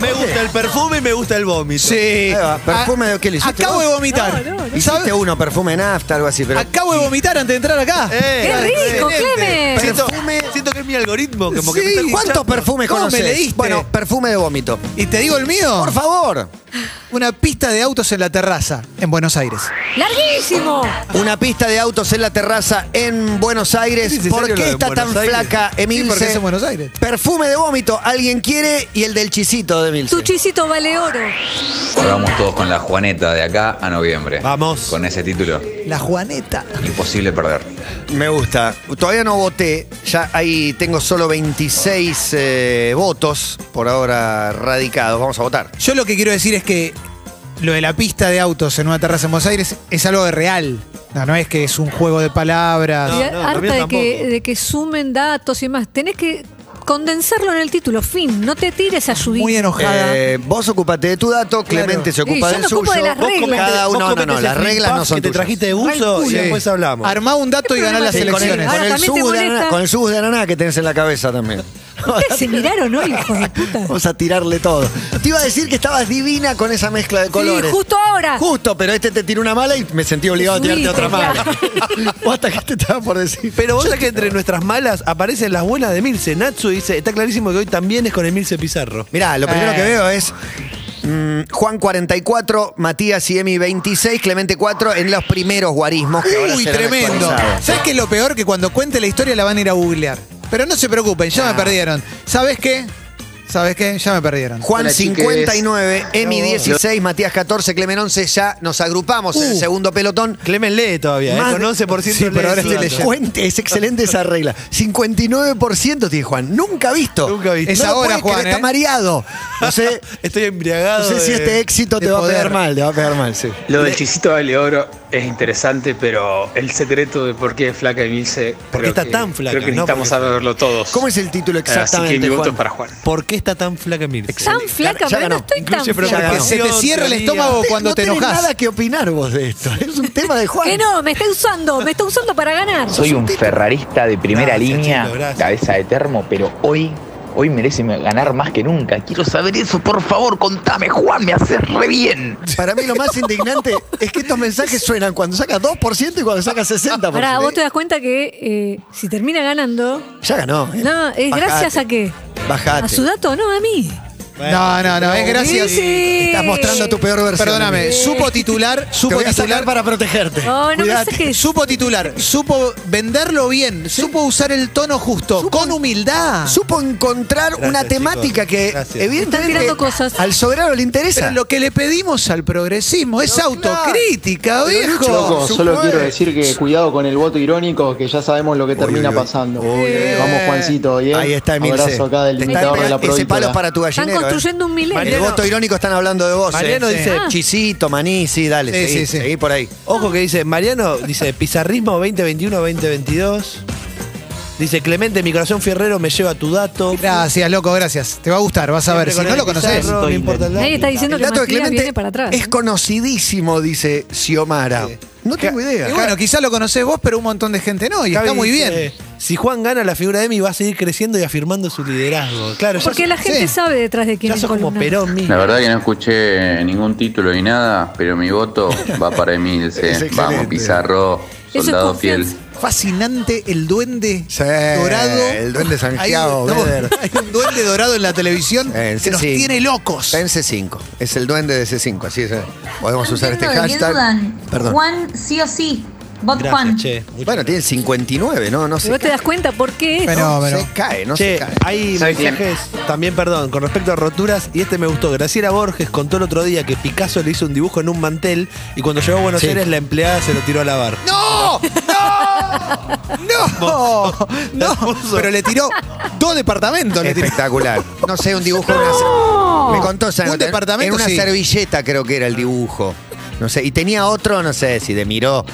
D: Me gusta el perfume y me gusta el vómito. Eh,
B: Ahí
C: Sí.
B: va, perfume de- ¿qué le hiciste
C: Acabo
B: vos?
C: de vomitar.
E: No, no, no.
B: Hiciste uno, perfume de nafta, algo así, pero... Eh.
C: Acabo de vomitar antes de entrar acá.
D: Eh,
E: ¡Qué rico, Clemen!
D: Siento,
B: Perfume.
D: siento que es mi algoritmo. Como que
C: Sí.
D: me está escuchando.
B: ¿Cuántos perfumes
C: ¿Cómo me
B: conoces?
C: leíste?
B: Bueno, perfume de vómito.
C: ¿Y te digo el mío?
B: Por favor,
C: Una pista de autos en la terraza, en Buenos Aires.
E: ¡Larguísimo!
B: una pista de autos en la terraza en Buenos Aires.
D: ¿Es necesario
B: ¿Por
D: lo
B: qué
D: de
B: está
D: Buenos
B: tan
D: Aires?
B: flaca
C: Sí, porque es
B: Emilce?
C: en Buenos Aires.
B: Perfume de vómito, alguien quiere y el del chisito de Emilce.
E: Tu chisito vale oro.
H: Ahora vamos todos con la Juaneta de acá a noviembre.
D: Vamos.
H: Con ese título,
C: La Juaneta.
H: imposible perder.
B: Me gusta. Todavía no voté, ya ahí tengo solo 26 eh, votos por ahora radicados. Vamos a votar.
C: Yo lo que quiero decir es que lo de la pista de autos en una terraza en Buenos Aires es algo de real. No, no es que es un juego de palabras.
D: Ah, No,
E: Y
D: no, lo mío
E: harta de que,
D: tampoco.
E: de que sumen datos y más. Tenés que condensarlo en el título. Fin. No te tires a subir.
C: Muy enojada.
B: Eh, vos ocupate de tu dato, Clemente se ocupa
E: Ah. yo
B: del
E: me ocupo
B: suyo.
E: de las
B: Vos
E: reglas.
B: comete- Cada
D: vos
B: uno, no, no,
D: comete
B: no,
D: ese
B: las
D: flip
B: reglas
D: puff
B: no son
D: que te
B: tuyas.
D: trajiste de
E: Al
D: buzo
E: culo.
D: y después hablamos.
C: Armá un dato y ganá las
E: Sí,
B: Sí, con el,
C: elecciones.
B: con
E: Ahora
B: el
E: también te
B: sugo de
E: molesta.
B: ananá, con el sugo de ananá que tenés en la cabeza también.
E: Ustedes se miraron hoy, hijo de puta.
B: Vamos a tirarle todo. Te iba a decir que estabas divina con esa mezcla de colores.
E: justo ahora.
B: Justo, pero este te tiró una mala y me sentí obligado a tirarte
E: Subiste,
B: otra mala.
E: claro.
B: Vos hasta que te estaba por decir.
D: Pero vos sabés que entre nuestras malas aparecen las buenas de Emilce. Natsu dice, está clarísimo que hoy también es con Emilce Pizarro.
B: Mirá, lo primero
C: Eh.
B: que veo es Mm, Juan 44, Matías y Emi 26, Clemente 4 en los primeros guarismos que ahora
C: Uy,
B: serán
C: tremendo.
B: actualizados.
C: ¿Sabes qué es lo peor? Que cuando cuente la historia la van a ir a googlear. Pero no se preocupen, ya
D: Ah.
C: me perdieron. ¿Sabes qué? ¿Sabes qué? Ya me perdieron.
B: Juan
G: Hola,
B: 59, Emi 16, Matías 14, Clemen 11, ya nos agrupamos en el
C: Uh.
B: segundo pelotón.
D: Clemen lee todavía, ¿eh?
B: Más
D: con
B: de-
D: 11%
C: Sí, pero
D: lee
C: ahora
D: ese
C: estoy
D: dato.
C: leyendo.
B: Fuente, es excelente esa regla. 59% tiene Juan, nunca visto.
D: Nunca visto.
C: Es
B: No lo
C: ahora,
B: puede
C: Juan,
B: creer, está
C: ¿eh?
B: mareado. No sé,
D: Estoy
B: no
D: embriagado.
B: sé si
D: de-
B: este éxito te
C: de
B: va a pegar
C: poder.
B: mal, te va a pegar mal, sí.
I: Lo del chisito de Leoro es interesante, pero el secreto de por qué es flaca Emilce.
D: ¿Por qué
I: creo
D: está
I: que-
D: tan flaca?
I: Creo que
D: No,
I: necesitamos
D: porque-
I: saberlo todos.
B: ¿Cómo es el título
I: Así que
B: exactamente,
I: mi voto
B: Juan?
I: es para Juan.
D: ¿Por qué está tan flaca Mirce?
E: Tan
B: ya
E: flaca, pero
B: ganó.
E: no estoy
D: Incluye
E: tan
D: preocupación,
E: flaca.
B: ganó.
C: Se te cierra el
D: teoría.
C: estómago cuando
B: no
C: te
B: tenés
C: enojas.
B: nada que opinar vos de esto. Es un tema de Juan.
E: Que Eh, no, me está usando, me está usando para ganar.
G: Soy un ferrarista de primera
D: Gracias,
G: línea,
D: chicos, gracias.
G: cabeza de termo, pero hoy, hoy merece ganar más que nunca. Quiero saber eso, por favor, contame, Juan, me haces re bien.
B: Para mí lo más indignante es que estos mensajes suenan cuando saca 2% y cuando saca 60%.
E: Ahora, vos te das cuenta que eh, si termina ganando,
B: Ya ganó. ¿eh?
E: no,
B: Bajate,
E: es gracias a qué?
B: Bajate.
E: A su dato, no a mí.
C: No, no, no, es gracias.
E: Sí, sí.
B: Estás mostrando tu peor versión.
C: Perdóname,
B: amigo.
C: supo titular,
B: Te
C: supo
B: voy a sacar
C: titular.
B: para protegerte.
E: No, no me
C: Cuidate.
E: saques.
C: Supo titular, supo venderlo bien, supo usar el tono justo, con humildad.
B: Supo encontrar una
D: Gracias,
B: temática
D: chicos.
B: que
D: Gracias.
E: Están
B: evidentemente
E: tirando cosas.
B: al soberano le interesa.
C: Pero lo que le pedimos al progresismo es autocrítica,
B: Pero,
C: viejo.
B: Lucho,
J: Loco,
B: Su
J: solo
B: jueves.
J: quiero decir que cuidado con el voto irónico, que ya sabemos lo que termina pasando. Vamos, Juancito, bien.
B: Ahí está Emilce.
J: Abrazo acá del
B: Te están
J: invitado de la
B: pegando- Ese palo es
J: provítola.
B: para tu
E: Están
B: gallinero. ¿eh?
E: construyendo un milenio.
B: En el
D: Mariano-
B: voto irónico están hablando de vos. ¿eh?
D: Mariano
B: Sí.
D: dice-
E: Ah.
B: Chisito, Maní, sí, dale.
C: Sí,
B: seguí,
C: sí, sí.
B: seguí por ahí.
D: Ojo que dice, Mariano dice, pizarrismo 2021-2022. Dice, Clemente, mi corazón fierrero me lleva tu dato.
C: Gracias, loco, gracias. Te va a gustar, vas a ver. Si
D: Siempre
C: no
D: con
C: lo
D: el
C: conoces.
D: pizarro, no importa el dato.
E: Nadie está diciendo
B: El
E: que
B: dato de
E: Matías
B: Clemente
E: viene para atrás.
B: es conocidísimo, dice Xiomara. No tengo idea.
C: Y bueno, quizás lo conocés vos, pero un montón de gente no, y
D: Cabe
C: está muy
D: dice,
C: bien.
D: Si Juan gana la figura de Emi va a seguir creciendo y afirmando su liderazgo. Claro, ya
E: Porque
D: sos-
E: la gente
C: sí.
E: sabe detrás de quién
D: ya
E: es
D: sos como
E: columna.
D: Perón mismo.
H: La verdad que no escuché ningún título ni nada, pero mi voto va para
B: Es
H: Emilce.
B: excelente.
H: Vamos, Pizarro,
E: Eso es
H: soldado fiel.
E: confianza.
C: Fascinante el duende
B: Sí,
C: dorado.
B: el duende zanjeado,
C: Hay,
B: Beder.
C: hay un duende dorado en la televisión
B: Eh,
C: que nos
B: sí.
C: tiene locos.
B: Está en C5. Es el duende de C5. Así es. eh. Podemos usar este hashtag. Perdón.
K: Juan sí o sí. Bot
D: Gracias,
K: Juan.
D: che. Muchas
B: Bueno, tiene el 59, ¿no? No
E: Y
B: se
E: vos te
B: cae.
E: das cuenta por qué.
C: Pero-
B: No,
C: Fenómeno.
B: se cae, no
D: Che,
B: se cae.
D: hay
I: ¿Sabe quién?
D: mensajes también, perdón, con respecto a roturas, y este me gustó. Graciela Borges contó el otro día que Picasso le hizo un dibujo en un mantel y cuando llegó a Buenos
B: Sí.
D: Aires la empleada se lo tiró a lavar.
C: ¡No! ¡No! ¡No! ¡No! Pero le tiró dos departamentos. Le tiró.
B: Espectacular. No sé, un dibujo. en una- Me contó Sango,
C: Un
B: ten-
C: departamento,
B: En una
C: sí.
B: servilleta creo que era el dibujo. No sé. Y tenía otro, no sé, si de Miró.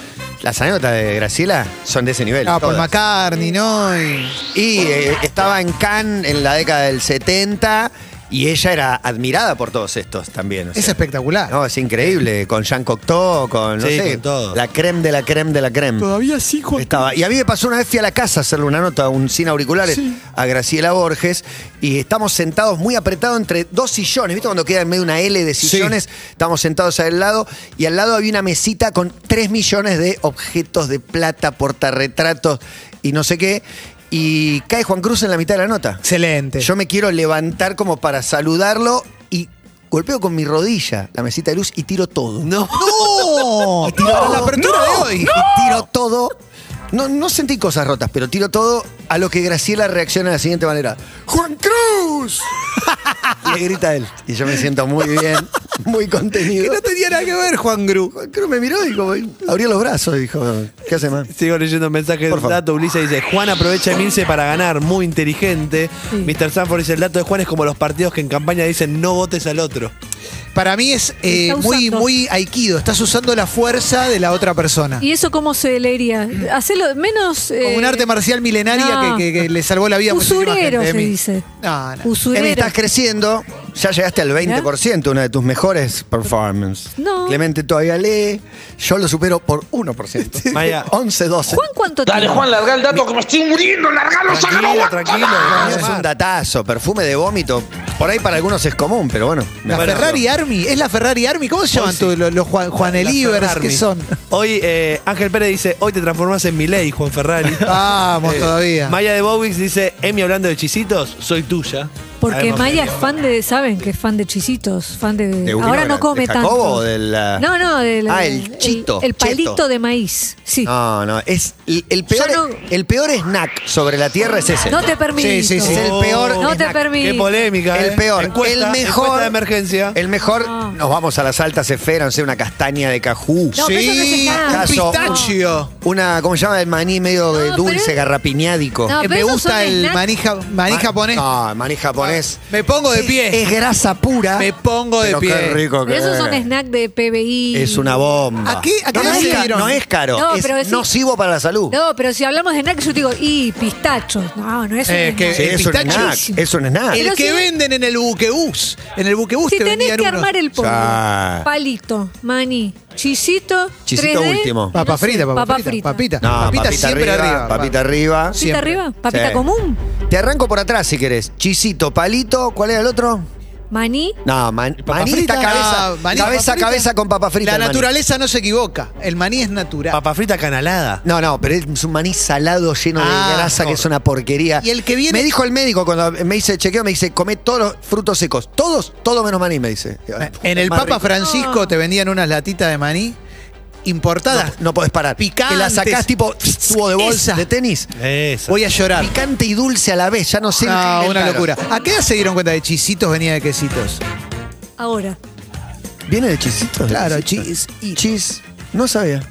B: Las anécdotas de Graciela son de ese nivel.
C: Ah, por
B: todas.
C: McCartney, ¿no? Y-
B: Y eh, estaba en Cannes en la década del 70 y ella era admirada por todos estos también. o
C: Es
B: sea.
C: espectacular.
B: No, es increíble. Con Jean Cocteau, con, no
D: Sí,
B: sé,
D: con todo.
B: la creme de la creme de la creme.
C: Todavía sí, Juan.
B: Estaba. Y a mí me pasó una vez fui a la casa a hacerle una nota, un sin auriculares, a Graciela Borges, y estamos sentados muy apretados entre dos sillones. ¿Viste cuando queda en medio una L de sillones? Estamos sentados al lado, y al lado había una mesita con tres millones de objetos de plata, portarretratos y no sé qué. Y cae Juan Cruz en la mitad de la nota.
C: Excelente.
B: Yo me quiero levantar como para saludarlo y golpeo con mi rodilla la mesita de luz y tiro todo.
D: No.
C: ¡No!
B: Tiro
C: Para
B: todo.
C: la apertura
B: No,
C: de hoy.
B: no. Tiro todo. No, no sentí cosas rotas, pero tiro todo a lo que Graciela reacciona de la siguiente manera. ¡Juan Cruz! y le grita él. Y yo me siento muy bien, muy
C: Que
B: contenido.
C: no tenía nada que ver, Juan Gru.
B: Juan Cruz me miró y como, abrió los brazos y dijo, ¿qué hace más?
D: Sigo leyendo mensajes
B: Por
D: del
B: favor.
D: dato. Ulises dice, Juan aprovecha a Emilce para ganar, muy inteligente. Mr. Sanford dice, el dato de Juan es como los partidos que en campaña dicen no votes al otro.
C: Para mí es eh,
E: Está
C: muy,
E: usando.
C: muy aikido. Estás usando la fuerza de la otra persona.
E: ¿Y eso cómo se leería? Hacelo menos. eh,
C: Como un arte marcial milenaria
E: no.
C: que, que- que le salvó la vida a muchísima
E: Usurero,
C: gente,
E: se
C: Emi.
E: dice.
C: No, no.
E: Usurero.
B: Emi, estás creciendo, ya llegaste al 20%, una de tus mejores performances.
E: No.
B: Clemente todavía lee, yo lo supero por 1%.
D: Maya.
B: 11, 12.
E: Juan, ¿cuánto
G: Dale,
E: tiene?
G: Juan, larga el dato que me estoy muriendo, largalo, sácalo,
D: Tranquilo,
G: aguanta.
D: tranquilo.
B: No, es un datazo, perfume de vómito. Por ahí para algunos es común, pero bueno.
C: La
B: Bueno,
C: Ferrari Army, es la Ferrari Army. ¿Cómo se llaman todos los, los Juan, Juan
D: La
C: Elivers
D: Ferrari.
C: que son?
D: Hoy eh, Ángel Pérez dice, hoy te transformás en Milei, Juan Ferrari.
C: Vamos
D: Eh,
C: Ah, todavía.
D: Maya de Bowix dice, Emi hablando de hechicitos, soy tuya.
E: Porque
B: Sabemos medio.
E: Maya es fan de, saben que es fan de chisitos, fan de.
B: ¿De
E: ahora
B: Unibra?
E: no come
B: ¿De
E: tanto.
B: Jacobo o de la-
E: No, no, del
B: Ah, el chito,
E: El, palito
B: cheto.
E: de maíz. Sí.
B: No, no, es el, el peor,
E: Yo no-
B: el peor snack sobre la tierra es ese.
E: No te permito.
B: Sí, sí, sí. Es el peor.
E: No te
B: snack.
E: permito.
D: Qué polémica.
B: El
D: eh.
B: peor,
D: Encuesta,
B: el
D: encuesta
B: mejor,
D: de emergencia.
B: el mejor.
E: No.
B: Nos vamos a las altas esferas, no sé, una castaña de cajú,
E: No, pero eso no es
C: Sí,
E: snack.
C: un
B: Caso.
C: pistachio.
B: una, ¿cómo se llama? El maní medio de
E: No,
B: dulce,
E: pero-
B: garrapiñádico.
E: No,
C: Eh,
E: pero
C: Me
E: esos
C: gusta
E: son
C: el
E: snacks.
C: maní, ja- maní
B: Ma-
C: japonés.
B: No, maní japonés.
C: Me pongo de pie.
B: Es grasa pura.
C: Me pongo de
B: pero
C: pie.
B: Qué rico que
E: Pero esos son
B: es.
E: snacks de PBI.
B: Es una bomba.
C: ¿A qué- a qué
B: no, no
C: edad
B: es
C: le
B: ca-
C: dieron?
B: no es caro,
E: No,
B: es
E: pero es-
B: nocivo para la salud.
E: No, pero si hablamos de snacks, yo te digo, y pistachos. No, no es un
C: Eh, que-
B: Sí,
E: snack.
C: el
B: es un
C: pistacho.
B: snack, es un snack.
C: El
E: Pero
C: que
E: si-
C: venden en el buquebús. En el buquebús
E: Si
C: te
E: tenés
C: vendían
E: que
C: unos-
E: armar el pollo,
B: Ya.
E: palito, maní, chisito,
B: Chisito
E: 3D,
B: último.
C: Papa frita, papa,
E: papa
C: frita, Papita.
E: frita.
B: No,
C: papita, siempre arriba.
B: Papita arriba.
E: papita arriba, papita
B: Sí.
E: común,
B: Te arranco por atrás si querés. Chisito, palito, ¿cuál era el otro?
E: maní.
B: No, man, maní está
C: frita,
B: cabeza,
C: no, maní,
B: cabeza,
C: papa frita.
B: cabeza con papa frita.
C: La
B: el maní.
C: naturaleza no se equivoca. El maní es natural.
D: Papa frita canalada.
B: No, no, pero es un maní salado lleno
C: Ah,
B: de grasa
C: no.
B: que es una porquería.
C: Y el que viene-
B: Me dijo el médico cuando me hice el chequeo, me dice, comé todos los frutos secos. Todos, todo menos maní, me dice.
C: Eh, En el
B: Más
C: Papa
B: rico.
C: Francisco te vendían unas latitas de maní importadas.
B: No podés parar. Que
C: Picantes.
B: la sacás tipo tubo de bolsa
C: Esa.
B: de tenis.
D: Esa.
C: Voy a llorar.
B: Picante y dulce a la vez, ya no sé.
C: No,
B: qué
C: Ah, una
B: inventaron.
C: locura. ¿A qué edad se dieron cuenta de chisitos venía de quesitos?
E: Ahora,
B: ¿Viene de chisito?
C: Claro,
B: chis. Chis. No sabía.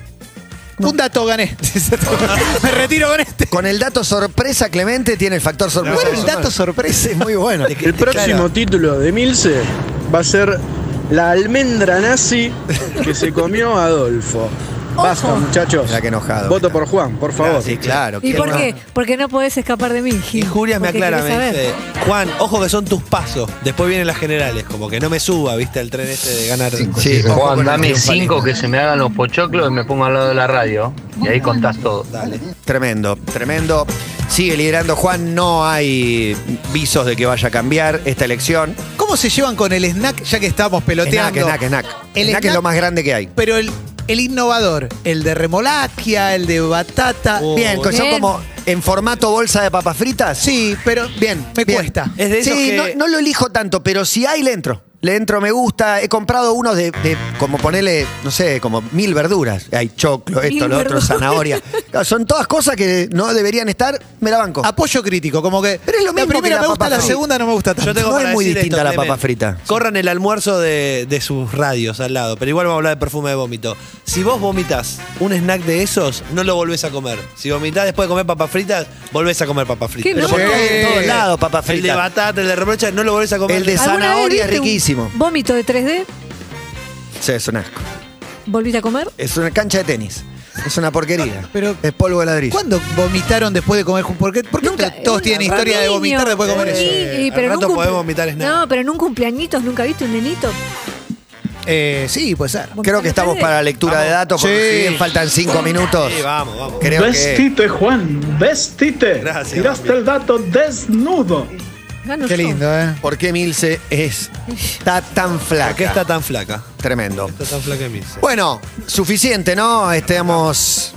C: Un dato gané. Me retiro con este.
B: Con el dato sorpresa, Clemente tiene el factor sorpresa.
C: Bueno, el dato sorpresa es muy bueno.
L: El próximo título de Milce va a ser La almendra nazi que se comió Adolfo. Basta, muchachos.
B: Mirá qué enojado. Ah,
L: Voto por Juan, por favor.
B: Sí, claro.
E: ¿y
B: qué
E: por
B: bueno.
E: qué? Porque no podés escapar de mí. Gil.
D: Y Julia me
E: Porque
D: aclara,
E: querés
D: me
E: saber.
D: dice, Juan, ojo que son tus pasos. Después vienen las generales, como que no me suba, viste, el tren ese de ganar.
B: Sí, ojo con
H: Juan,
B: el
H: dame
B: triunfalismo.
H: cinco que se me hagan los pochoclos y me pongo al lado de la radio. Y ahí contás todo. Dale.
B: Tremendo, tremendo. Sigue liderando Juan, no hay visos de que vaya a cambiar esta elección.
C: ¿Cómo se llevan con el snack ya que estamos
B: Snack,
C: peloteando?
B: snack, snack.
C: El
B: snack es
C: snack-
B: lo más grande que hay.
C: Pero el, el innovador, el de remolaquia, el de batata.
D: Oh.
B: Bien, son
E: Bien.
B: como en formato bolsa de papas fritas.
C: Sí, pero bien, me
B: Bien.
C: cuesta.
D: Es de esos
B: sí,
D: que-
B: no, no lo elijo tanto, pero si hay, le entro. Le entro, me gusta. He comprado unos de, de como ponerle, no sé, como mil verduras. Hay choclo, esto,
E: Mil
B: lo otro,
E: verduras.
B: zanahoria. Claro, Son todas cosas que no deberían estar, me la banco.
C: Apoyo crítico, como que.
B: Pero es lo mismo
C: La
B: que
C: primera
B: la
C: me
B: papa
C: gusta, la
B: frita.
C: segunda no me gusta tanto.
D: Yo tengo
B: No
D: para
B: es muy
D: decir
B: distinta
D: esto,
B: la papa
D: Clemen.
B: frita.
D: Corran el almuerzo de, de sus radios al lado, pero igual vamos a hablar de perfume de vómito. Si vos vomitas un snack de esos, no lo volvés a comer. Si vomitas después de comer papas fritas, volvés a comer papas fritas.
E: ¿Qué no?
B: Pero porque hay en
C: Sí.
B: todos lados papas
D: El de
B: fritas.
D: batata, el de remolacha, no lo volvés a comer.
B: El de
E: ¿Alguna vez
B: zanahoria es
E: viste un
B: riquísimo.
E: Vómito de 3D,
B: Sí, es un asco.
E: volviste a comer.
B: Es una cancha de tenis. Es una porquería.
C: Pero-
B: es polvo de ladrillo.
C: ¿Cuándo vomitaron después de comer? jun- ¿Por qué, por qué todos tienen historia de vomitar después de comer
E: eh, Sí,
C: eso?
E: y-
D: al
E: pero en un
D: rato
E: cumple-
D: podemos vomitar snack.
E: No, pero en un cumpleañitos nunca viste un nenito.
C: Eh, sí, puede ser.
B: Creo que estamos para la lectura de datos porque
C: Sí.
B: si bien faltan cinco minutos.
D: Sí, Ah, vamos, vamos.
B: Creo que.
L: Vestite, Juan, vestite.
D: Gracias,
L: Tiraste
D: papi.
L: el dato desnudo.
E: Gano
C: Qué
E: yo.
C: lindo, ¿eh?
B: ¿Por qué Milce es, está tan
D: ¿Por qué
B: flaca?
D: está tan flaca?
B: Tremendo.
D: Está tan flaca Emilce.
B: Bueno, suficiente, ¿no? Estamos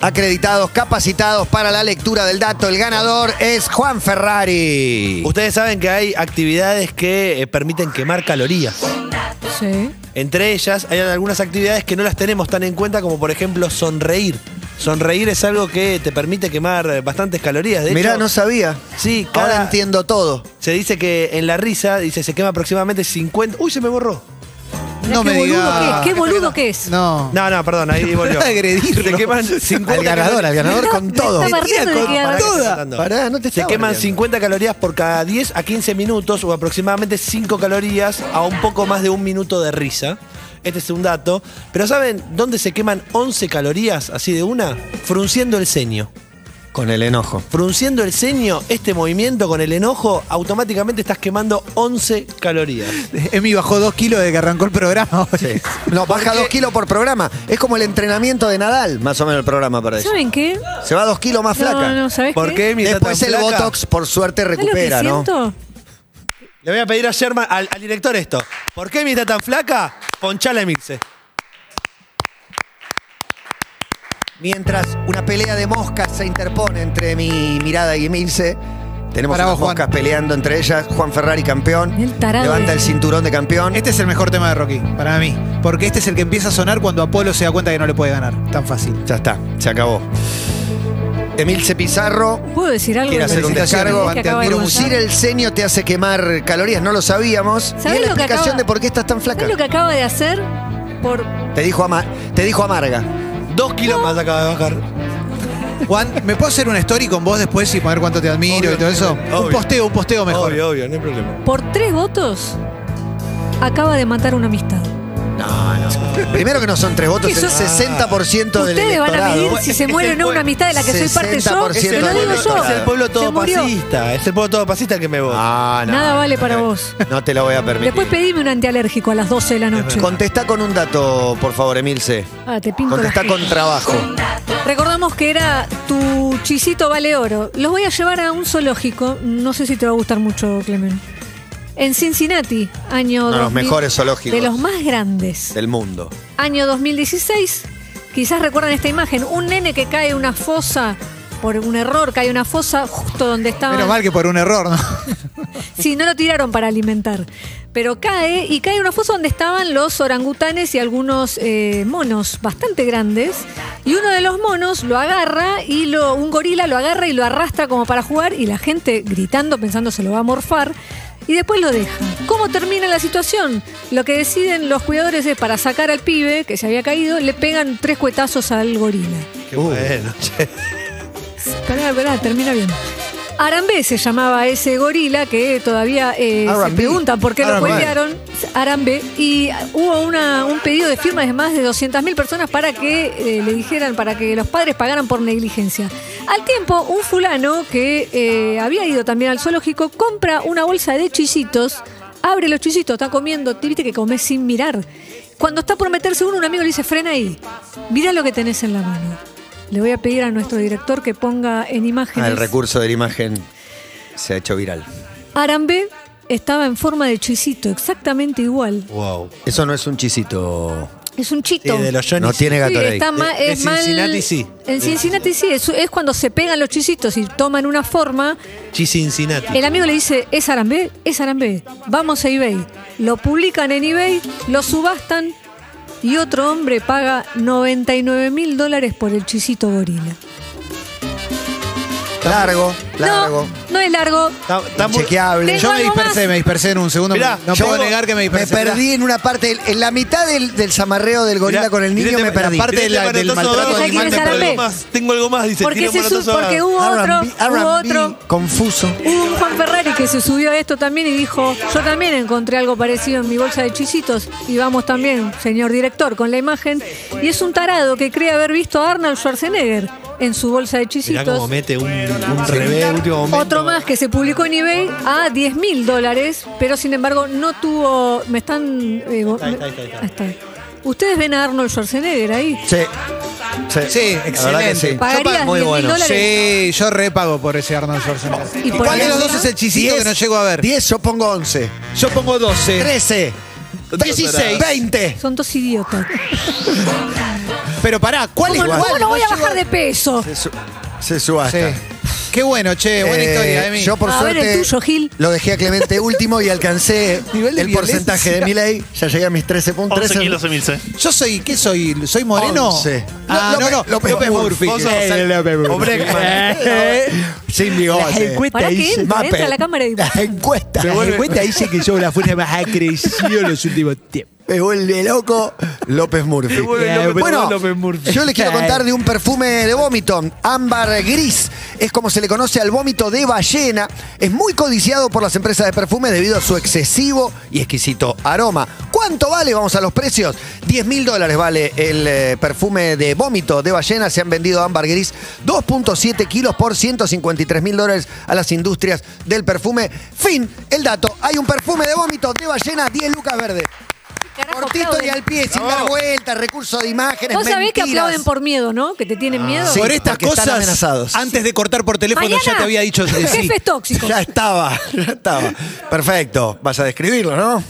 B: acreditados, capacitados para la lectura del dato. El ganador es Juan Ferrari.
D: Ustedes saben que hay actividades que eh, permiten quemar calorías.
E: Sí.
D: Entre ellas hay algunas actividades que no las tenemos tan en cuenta como por ejemplo sonreír. Sonreír es algo que te permite quemar eh, bastantes calorías. De
B: Mirá,
D: hecho,
B: no sabía.
D: sí,
B: Ahora
D: cada,
B: entiendo todo.
D: se dice que en la risa dice se quema aproximadamente 50. Uy, se me borró.
E: Mirá qué boludo que es, qué boludo que es.
C: No.
D: No, no, perdón, ahí volvió.
C: agredirlo.
D: Se queman 50
B: Al ganador,
D: calorías.
B: al ganador con todo.
E: Está bardeando
C: Mentira,
E: de que
C: con
E: ganó.
C: toda.
D: Pará,
B: Pará, no te
D: Se
B: estaba
D: queman
B: bardeando.
D: 50 calorías por cada 10 a 15 minutos o aproximadamente 5 calorías a un poco más de un minuto de risa. Este es un dato. Pero ¿saben dónde se queman 11 calorías así de una? Frunciendo el ceño.
B: Con el enojo.
D: Frunciendo el ceño, este movimiento con el enojo, automáticamente estás quemando 11 calorías.
C: Emi bajó dos kilos desde que arrancó el programa. hoy.
B: Sí. No, baja dos kilos por programa. Es como el entrenamiento de Nadal, más o menos el programa para eso.
E: ¿Saben qué?
B: Se va dos kilos más flaca.
E: No, no, ¿sabés
D: ¿Por qué, Emi, está
B: Después
D: tan
B: el
D: flaca?
B: Botox, por suerte,
E: ¿Sabés lo que
B: recupera, ¿no?
E: siento?
D: Le voy a pedir a Sherman, al, al director esto. ¿Por qué mi está tan flaca? Ponchala y mixe.
B: Mientras una pelea de moscas se interpone entre mi mirada y Emilce, Tenemos
C: Pará
B: unas
C: vos, Juan.
B: moscas peleando entre ellas. Juan Ferrari campeón.
E: El tarado.
B: Levanta el
E: ese.
B: cinturón de campeón.
C: Este es el mejor tema de Rocky, para mí. Porque este es el que empieza a sonar cuando Apolo se da cuenta que no le puede ganar. Tan fácil.
B: Ya está, se acabó. Emilce Pizarro
E: ¿Puedo decir algo?
B: quiere
E: de
B: hacer
E: lo
B: un
E: que
B: descargo.
E: acaba de pasar?
B: Producir el ceño te hace quemar calorías, no lo sabíamos. Y es
E: ¿Sabés
B: la
E: lo que
B: explicación
E: acaba-
B: de por qué estás tan flaca.
E: ¿Sabes lo que acaba de hacer? Por
B: Te dijo, ama- te dijo amarga.
D: Dos kilos más acaba de bajar.
C: Juan, ¿me puedo hacer una story con vos después y poner cuánto te admiro y todo eso? Un
D: obvio.
C: posteo, un posteo mejor.
D: Obvio, obvio, no hay problema.
E: Por tres votos acaba de matar una amistad.
B: No, no. Primero que no son tres votos,
E: Que
B: el
E: son-
B: 60% del
E: Ustedes van a
B: electorado.
E: medir si se muere o no una amistad de la que soy parte yo.
B: 60%
E: Te lo
B: del
E: digo yo.
B: electorado.
D: Es el pueblo todo
E: Se murió.
D: pasista. Es el pueblo todo pasista el que me vota.
B: Ah, no.
E: Nada vale para vos.
B: No te lo voy a permitir.
E: Después pedime un antialérgico a las 12 de la noche.
B: Contesta con un dato, por favor, Emilce.
E: Ah, te pinto las
B: Contesta con trabajo.
E: Recordamos que era tu chisito vale oro. Los voy a llevar a un zoológico. No sé si te va a gustar mucho, Clemen. En Cincinnati, año.
B: Uno de los
E: 2000,
B: mejores zoológicos.
E: De los más grandes.
B: Del mundo.
E: Año 2016. Quizás recuerdan esta imagen. Un nene que cae en una fosa. Por un error cae en una fosa justo donde estaba.
C: Menos mal que por un error, ¿no?
E: Sí, no lo tiraron para alimentar. Pero cae y cae en una fosa donde estaban los orangutanes y algunos eh, monos bastante grandes. Y uno de los monos lo agarra y lo, un gorila lo agarra y lo arrastra como para jugar y la gente gritando pensando se lo va a morfar. Y después lo deja. ¿Cómo termina la situación? Lo que deciden los cuidadores es para sacar al pibe que se había caído, le pegan tres cuetazos al gorila.
D: Qué
B: Ah,
D: bueno, che.
E: Pará, pará, termina bien. Arambé se llamaba ese gorila que todavía eh, se
B: Arambé.
E: preguntan por qué lo
B: Arambé.
E: cuelgaron. Arambé. Y hubo una- un pedido de firmas de más de 200.000 personas para que eh, le dijeran, para que los padres pagaran por negligencia. Al tiempo, un fulano que eh, había ido también al zoológico compra una bolsa de chisitos, abre los chisitos, está comiendo, viste que comes sin mirar. Cuando está por meterse uno, un amigo le dice, frena ahí, mira lo que tenés en la mano. Le voy a pedir a nuestro director que ponga en
B: Ah, el
E: imágenes.
B: recurso de la imagen se ha hecho viral.
E: Arambe estaba en forma de chisito, exactamente igual.
D: Wow.
B: Eso no es un chisito.
E: Es un chito.
D: Sí, de los
B: No
D: Johnny's.
B: tiene
E: Sí,
B: Gatorade.
E: está ma-
D: De- de
E: es mal-
D: Cincinnati sí.
E: En Cincinnati sí, es, es cuando se pegan los chisitos y toman una forma.
D: Chi Cincinnati.
E: El amigo le dice, es Arambe, es Arambe, vamos a eBay. Lo publican en eBay, lo subastan y otro hombre paga 99 mil dólares por el chisito gorila.
B: Largo, largo.
E: No, no es largo.
D: Está- está muy-
B: Chequeable.
E: Tengo
C: Yo me
E: algo
C: dispersé,
E: más.
C: me dispersé en un segundo.
D: Mirá,
C: no
D: yo
C: puedo negar que me
B: Me
C: dispersé.
B: perdí en una parte, del- en la mitad del, del zamarreo del gorila
D: Mirá,
B: con el niño
D: tirate-
B: me perdí.
C: parte de la-
D: tirate
C: del
D: manotazo
C: maltrato
D: ahora.
E: animal me
D: Tengo
E: perdí.
D: algo más, Tengo algo más, dice.
E: Porque,
D: tira
E: se
D: manotazo
E: su-
D: ahora.
E: porque hubo otro,
B: R&B,
E: hubo
B: R&B,
E: otro.
B: Confuso.
E: Hubo un Juan Ferrari que se subió a esto también y dijo, yo también encontré algo parecido en mi bolsa de chisitos y vamos también, señor director, con la imagen. Y es un tarado que cree haber visto a Arnold Schwarzenegger en su bolsa
D: Mirá
E: de
D: cómo
E: chisitos.
D: mete un, un revés último momento.
E: Otro más que se publicó en eBay a 10 mil dólares, pero sin embargo no tuvo... Me están... eh,
D: Ahí está, ahí está, ahí está.
E: ahí está. Ustedes ven a Arnold Schwarzenegger ahí.
B: Sí.
C: Sí,
B: La verdad que
C: excelente.
B: sí.
E: ¿Pagarías
B: Muy
E: 10.000
B: bueno.
E: dólares?
C: Sí, yo repago por ese Arnold Schwarzenegger.
E: ¿Y por
C: ¿Cuál
E: el
C: de los
E: otro?
C: dos es el chisito que no llego a ver?
B: 10, yo pongo 11.
C: Yo pongo 12.
B: 13. 16. 20.
E: Son dos idiotas.
C: Pero pará, ¿cuál es
E: ¿Cómo,
C: cuál?
E: no- cómo no voy a
B: No
E: bajar de peso?
B: Se, su- se subasta.
C: Sí. Qué bueno, che, buena
B: Eh,
C: historia, Emi.
B: Yo por
E: A ver
B: suerte
E: el tuyo, Gil.
B: lo dejé a Clemente último y alcancé
C: Nivel de
B: el porcentaje de mi
C: violencia.
B: ley. Ya llegué a mis 13 puntos.
M: 11
B: 13.
M: kilos de Emilce.
C: Yo soy, ¿qué soy? ¿Soy moreno?
B: Once.
C: Ah,
B: López-
C: no, no,
B: López
C: López,
B: Murphy.
C: Murphy.
B: Vos sos- Eh, López Murphy. Eh. Sin bigote.
E: Pará que entra, entra la cámara y-
B: La encuesta.
C: Se
B: La
C: vuelve-
B: encuesta dice que yo la fuerza más ha crecido en los últimos tiempos. Me vuelve loco López Murphy.
C: vuelve loco
B: bueno,
C: López Murphy.
B: yo les quiero contar de un perfume de vómito, ámbar gris. Es como se le conoce al vómito de ballena. Es muy codiciado por las empresas de perfume debido a su excesivo y exquisito aroma. ¿Cuánto vale? Vamos a los precios. 10 mil dólares vale el eh, perfume de vómito de ballena. Se han vendido ámbar gris 2.7 kilos por 153 mil dólares a las industrias del perfume. Fin, el dato. Hay un perfume de vómito de ballena, 10 lucas verdes.
E: Carajo,
B: Cortito
E: aplauden.
B: y al pie, sin dar vueltas, recursos de imágenes.
E: Vos sabés que
B: mentiras. Ah.
E: aplauden por miedo, ¿no? Que te tienen miedo.
B: Sí,
C: por estas
B: porque están
C: cosas,
B: amenazados.
C: antes de cortar por teléfono ya te había dicho que sí.
E: Jefes tóxicos.
B: Ya estaba, ya estaba. Perfecto. Vas a describirlo, ¿no?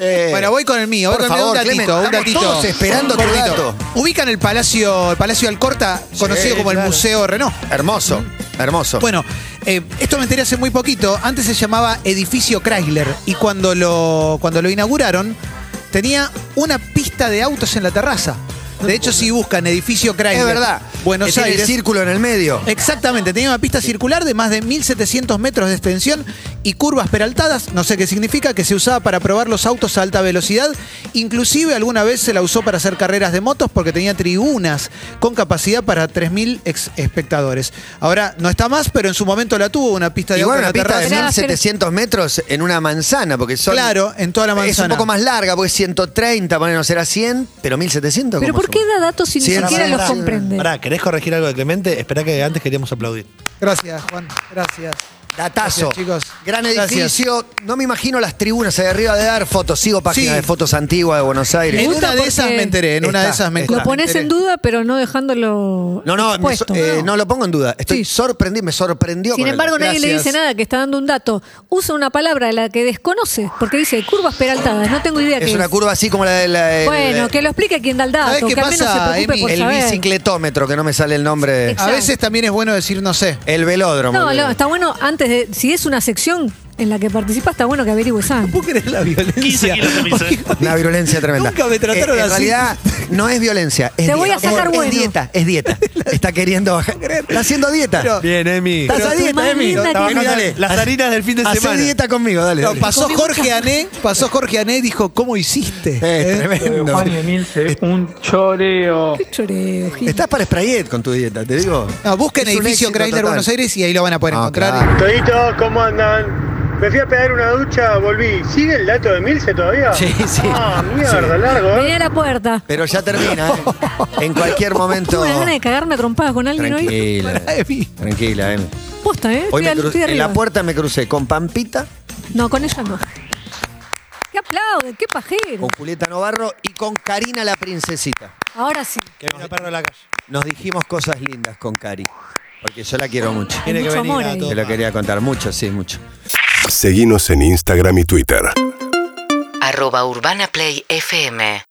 B: Eh,
C: Bueno, voy con el mío, voy
B: por
C: con el mío,
B: favor,
C: un datito,
B: Clemen,
C: un
B: estamos
C: datito.
B: todos esperando tu
C: Cortito.
B: dato.
C: Ubican el Palacio, el Palacio Alcorta, conocido como
B: claro.
C: el Museo Renault.
B: hermoso, hermoso.
C: Bueno, Eh, esto me enteré hace muy poquito. Antes se llamaba Edificio Chrysler y cuando lo, cuando lo inauguraron tenía una pista de autos en la terraza. De hecho, si buscan Edificio Chrysler,
B: Es verdad.
C: Buenos
B: Que tiene
C: Aires.
B: el círculo en el medio.
C: Exactamente, tenía una pista circular de más de 1700 metros de extensión y curvas peraltadas, no sé qué significa, que se usaba para probar los autos a alta velocidad. Inclusive alguna vez se la usó para hacer carreras de motos porque tenía tribunas con capacidad para 3.000 ex- espectadores. Ahora no está más, pero en su momento la tuvo una pista de
B: Igual
C: auto en
B: una
C: la
B: pista de
C: terraza.
B: 1700 metros en una manzana, porque son.
C: Claro, en toda la
B: Es un
C: manzana.
B: poco más larga, porque es 130, ponernos será 100, pero 1700.
E: Pero
B: ¿cómo
E: ¿por qué
B: es?
E: da datos si ni
B: Sí,
E: siquiera
B: pará,
E: los
B: pará.
E: comprende?
D: Pará, ¿querés corregir algo de Clemente? Esperá que antes queríamos aplaudir.
C: Gracias, Juan. Gracias.
B: Datazo.
C: Gracias, chicos.
B: Gran
C: Gracias.
B: edificio. No me imagino las tribunas ahí arriba de dar fotos. Sigo páginas
C: Sí.
B: de fotos antiguas de Buenos Aires.
C: En
E: gusta
C: una de esas
E: porque-
C: me enteré, en una de esas me
B: Está,
C: enteré.
E: Lo pones en duda, pero no dejándolo
B: No, no, me so-
E: expuesto.
B: eh, no lo pongo en duda. Estoy sorprendido, me sorprendió.
E: Sin
B: con el-
E: embargo, nadie le
C: Gracias.
E: dice nada, que está dando un dato. Usa una palabra de la que desconoce, porque dice curvas peraltadas. No tengo idea
B: es
E: qué
B: una
E: es.
B: curva eh, así como la de la. el-
E: Bueno, que lo explique quien da el
C: ¿Sabés
E: dato,
C: qué
E: Ah, que al menos se
C: pasa,
E: preocupe
C: Emi?
E: por
B: el
E: saber.
B: bicicletómetro, que no me sale el nombre.
E: Exacto.
C: A veces también es bueno decir no sé.
B: El velódromo.
E: No, no, está bueno antes de. Si es una sección en la que participa, está bueno que averigües antes.
C: ¿Vos querés la violencia?
B: Una violencia tremenda. Eh,
C: Nunca me trataron
B: en
C: así.
B: realidad, no es violencia. Es
E: Te
B: dieta.
E: voy a sacar
B: es
E: bueno.
B: dieta, es dieta. Está queriendo bajar. Está haciendo dieta.
C: Pero-
D: Bien, Emi.
B: Estás a
E: tu
B: dieta,
E: madre
B: Emi.
E: es la que-
B: Emi, dale.
D: Las harinas del fin de
B: Hacé
D: semana.
B: dieta conmigo, dale.
C: No,
B: dale.
C: pasó
E: Comí muchas
C: Jorge Ané, pasó Jorge Ané y dijo, ¿cómo hiciste?
B: Eh,
C: ¿Eh?
B: tremendo.
I: Juan y Emil se un choreo.
E: Qué choreo, Gil.
B: Estás para Sprayet con tu dieta, te digo.
C: No, busquen
B: Es un
C: edificio
B: éxito
C: Chrysler
B: total.
C: Buenos Aires y ahí lo van a poder
B: Ah,
C: encontrar.
B: claro.
L: Toditos, ¿cómo andan? Me fui a pegar una ducha, volví. ¿Sigue el dato de Milce todavía?
B: Sí, sí.
L: Ah, mierda, largo, ¿eh?
E: Vení a la puerta.
B: Pero ya termina, ¿eh? En cualquier momento.
E: Tuve una gana de cagarme a trompadas con alguien hoy.
B: Tranquila.
C: Pará, Emi.
B: Tranquila, Emi.
E: Posta, ¿eh?
B: Hoy
E: Estoy
B: me
E: al-
B: crucé-
E: estoy
B: en
E: arriba.
B: la puerta me crucé con Pampita,
E: No, con ella no. ¡Qué aplaude! ¡Qué pajero!
B: con Julieta Novarro y con Karina la princesita.
E: Ahora sí.
D: Que viene perro de la calle.
B: Nos dijimos cosas lindas con Cari, porque yo la quiero mucho.
D: Tiene que
E: mucho
D: venir
E: amor
D: a
E: ahí.
D: todo.
B: Te lo quería contar mucho, sí, mucho.
M: Seguinos en Instagram y Twitter.
N: Arroba Urbana Play FM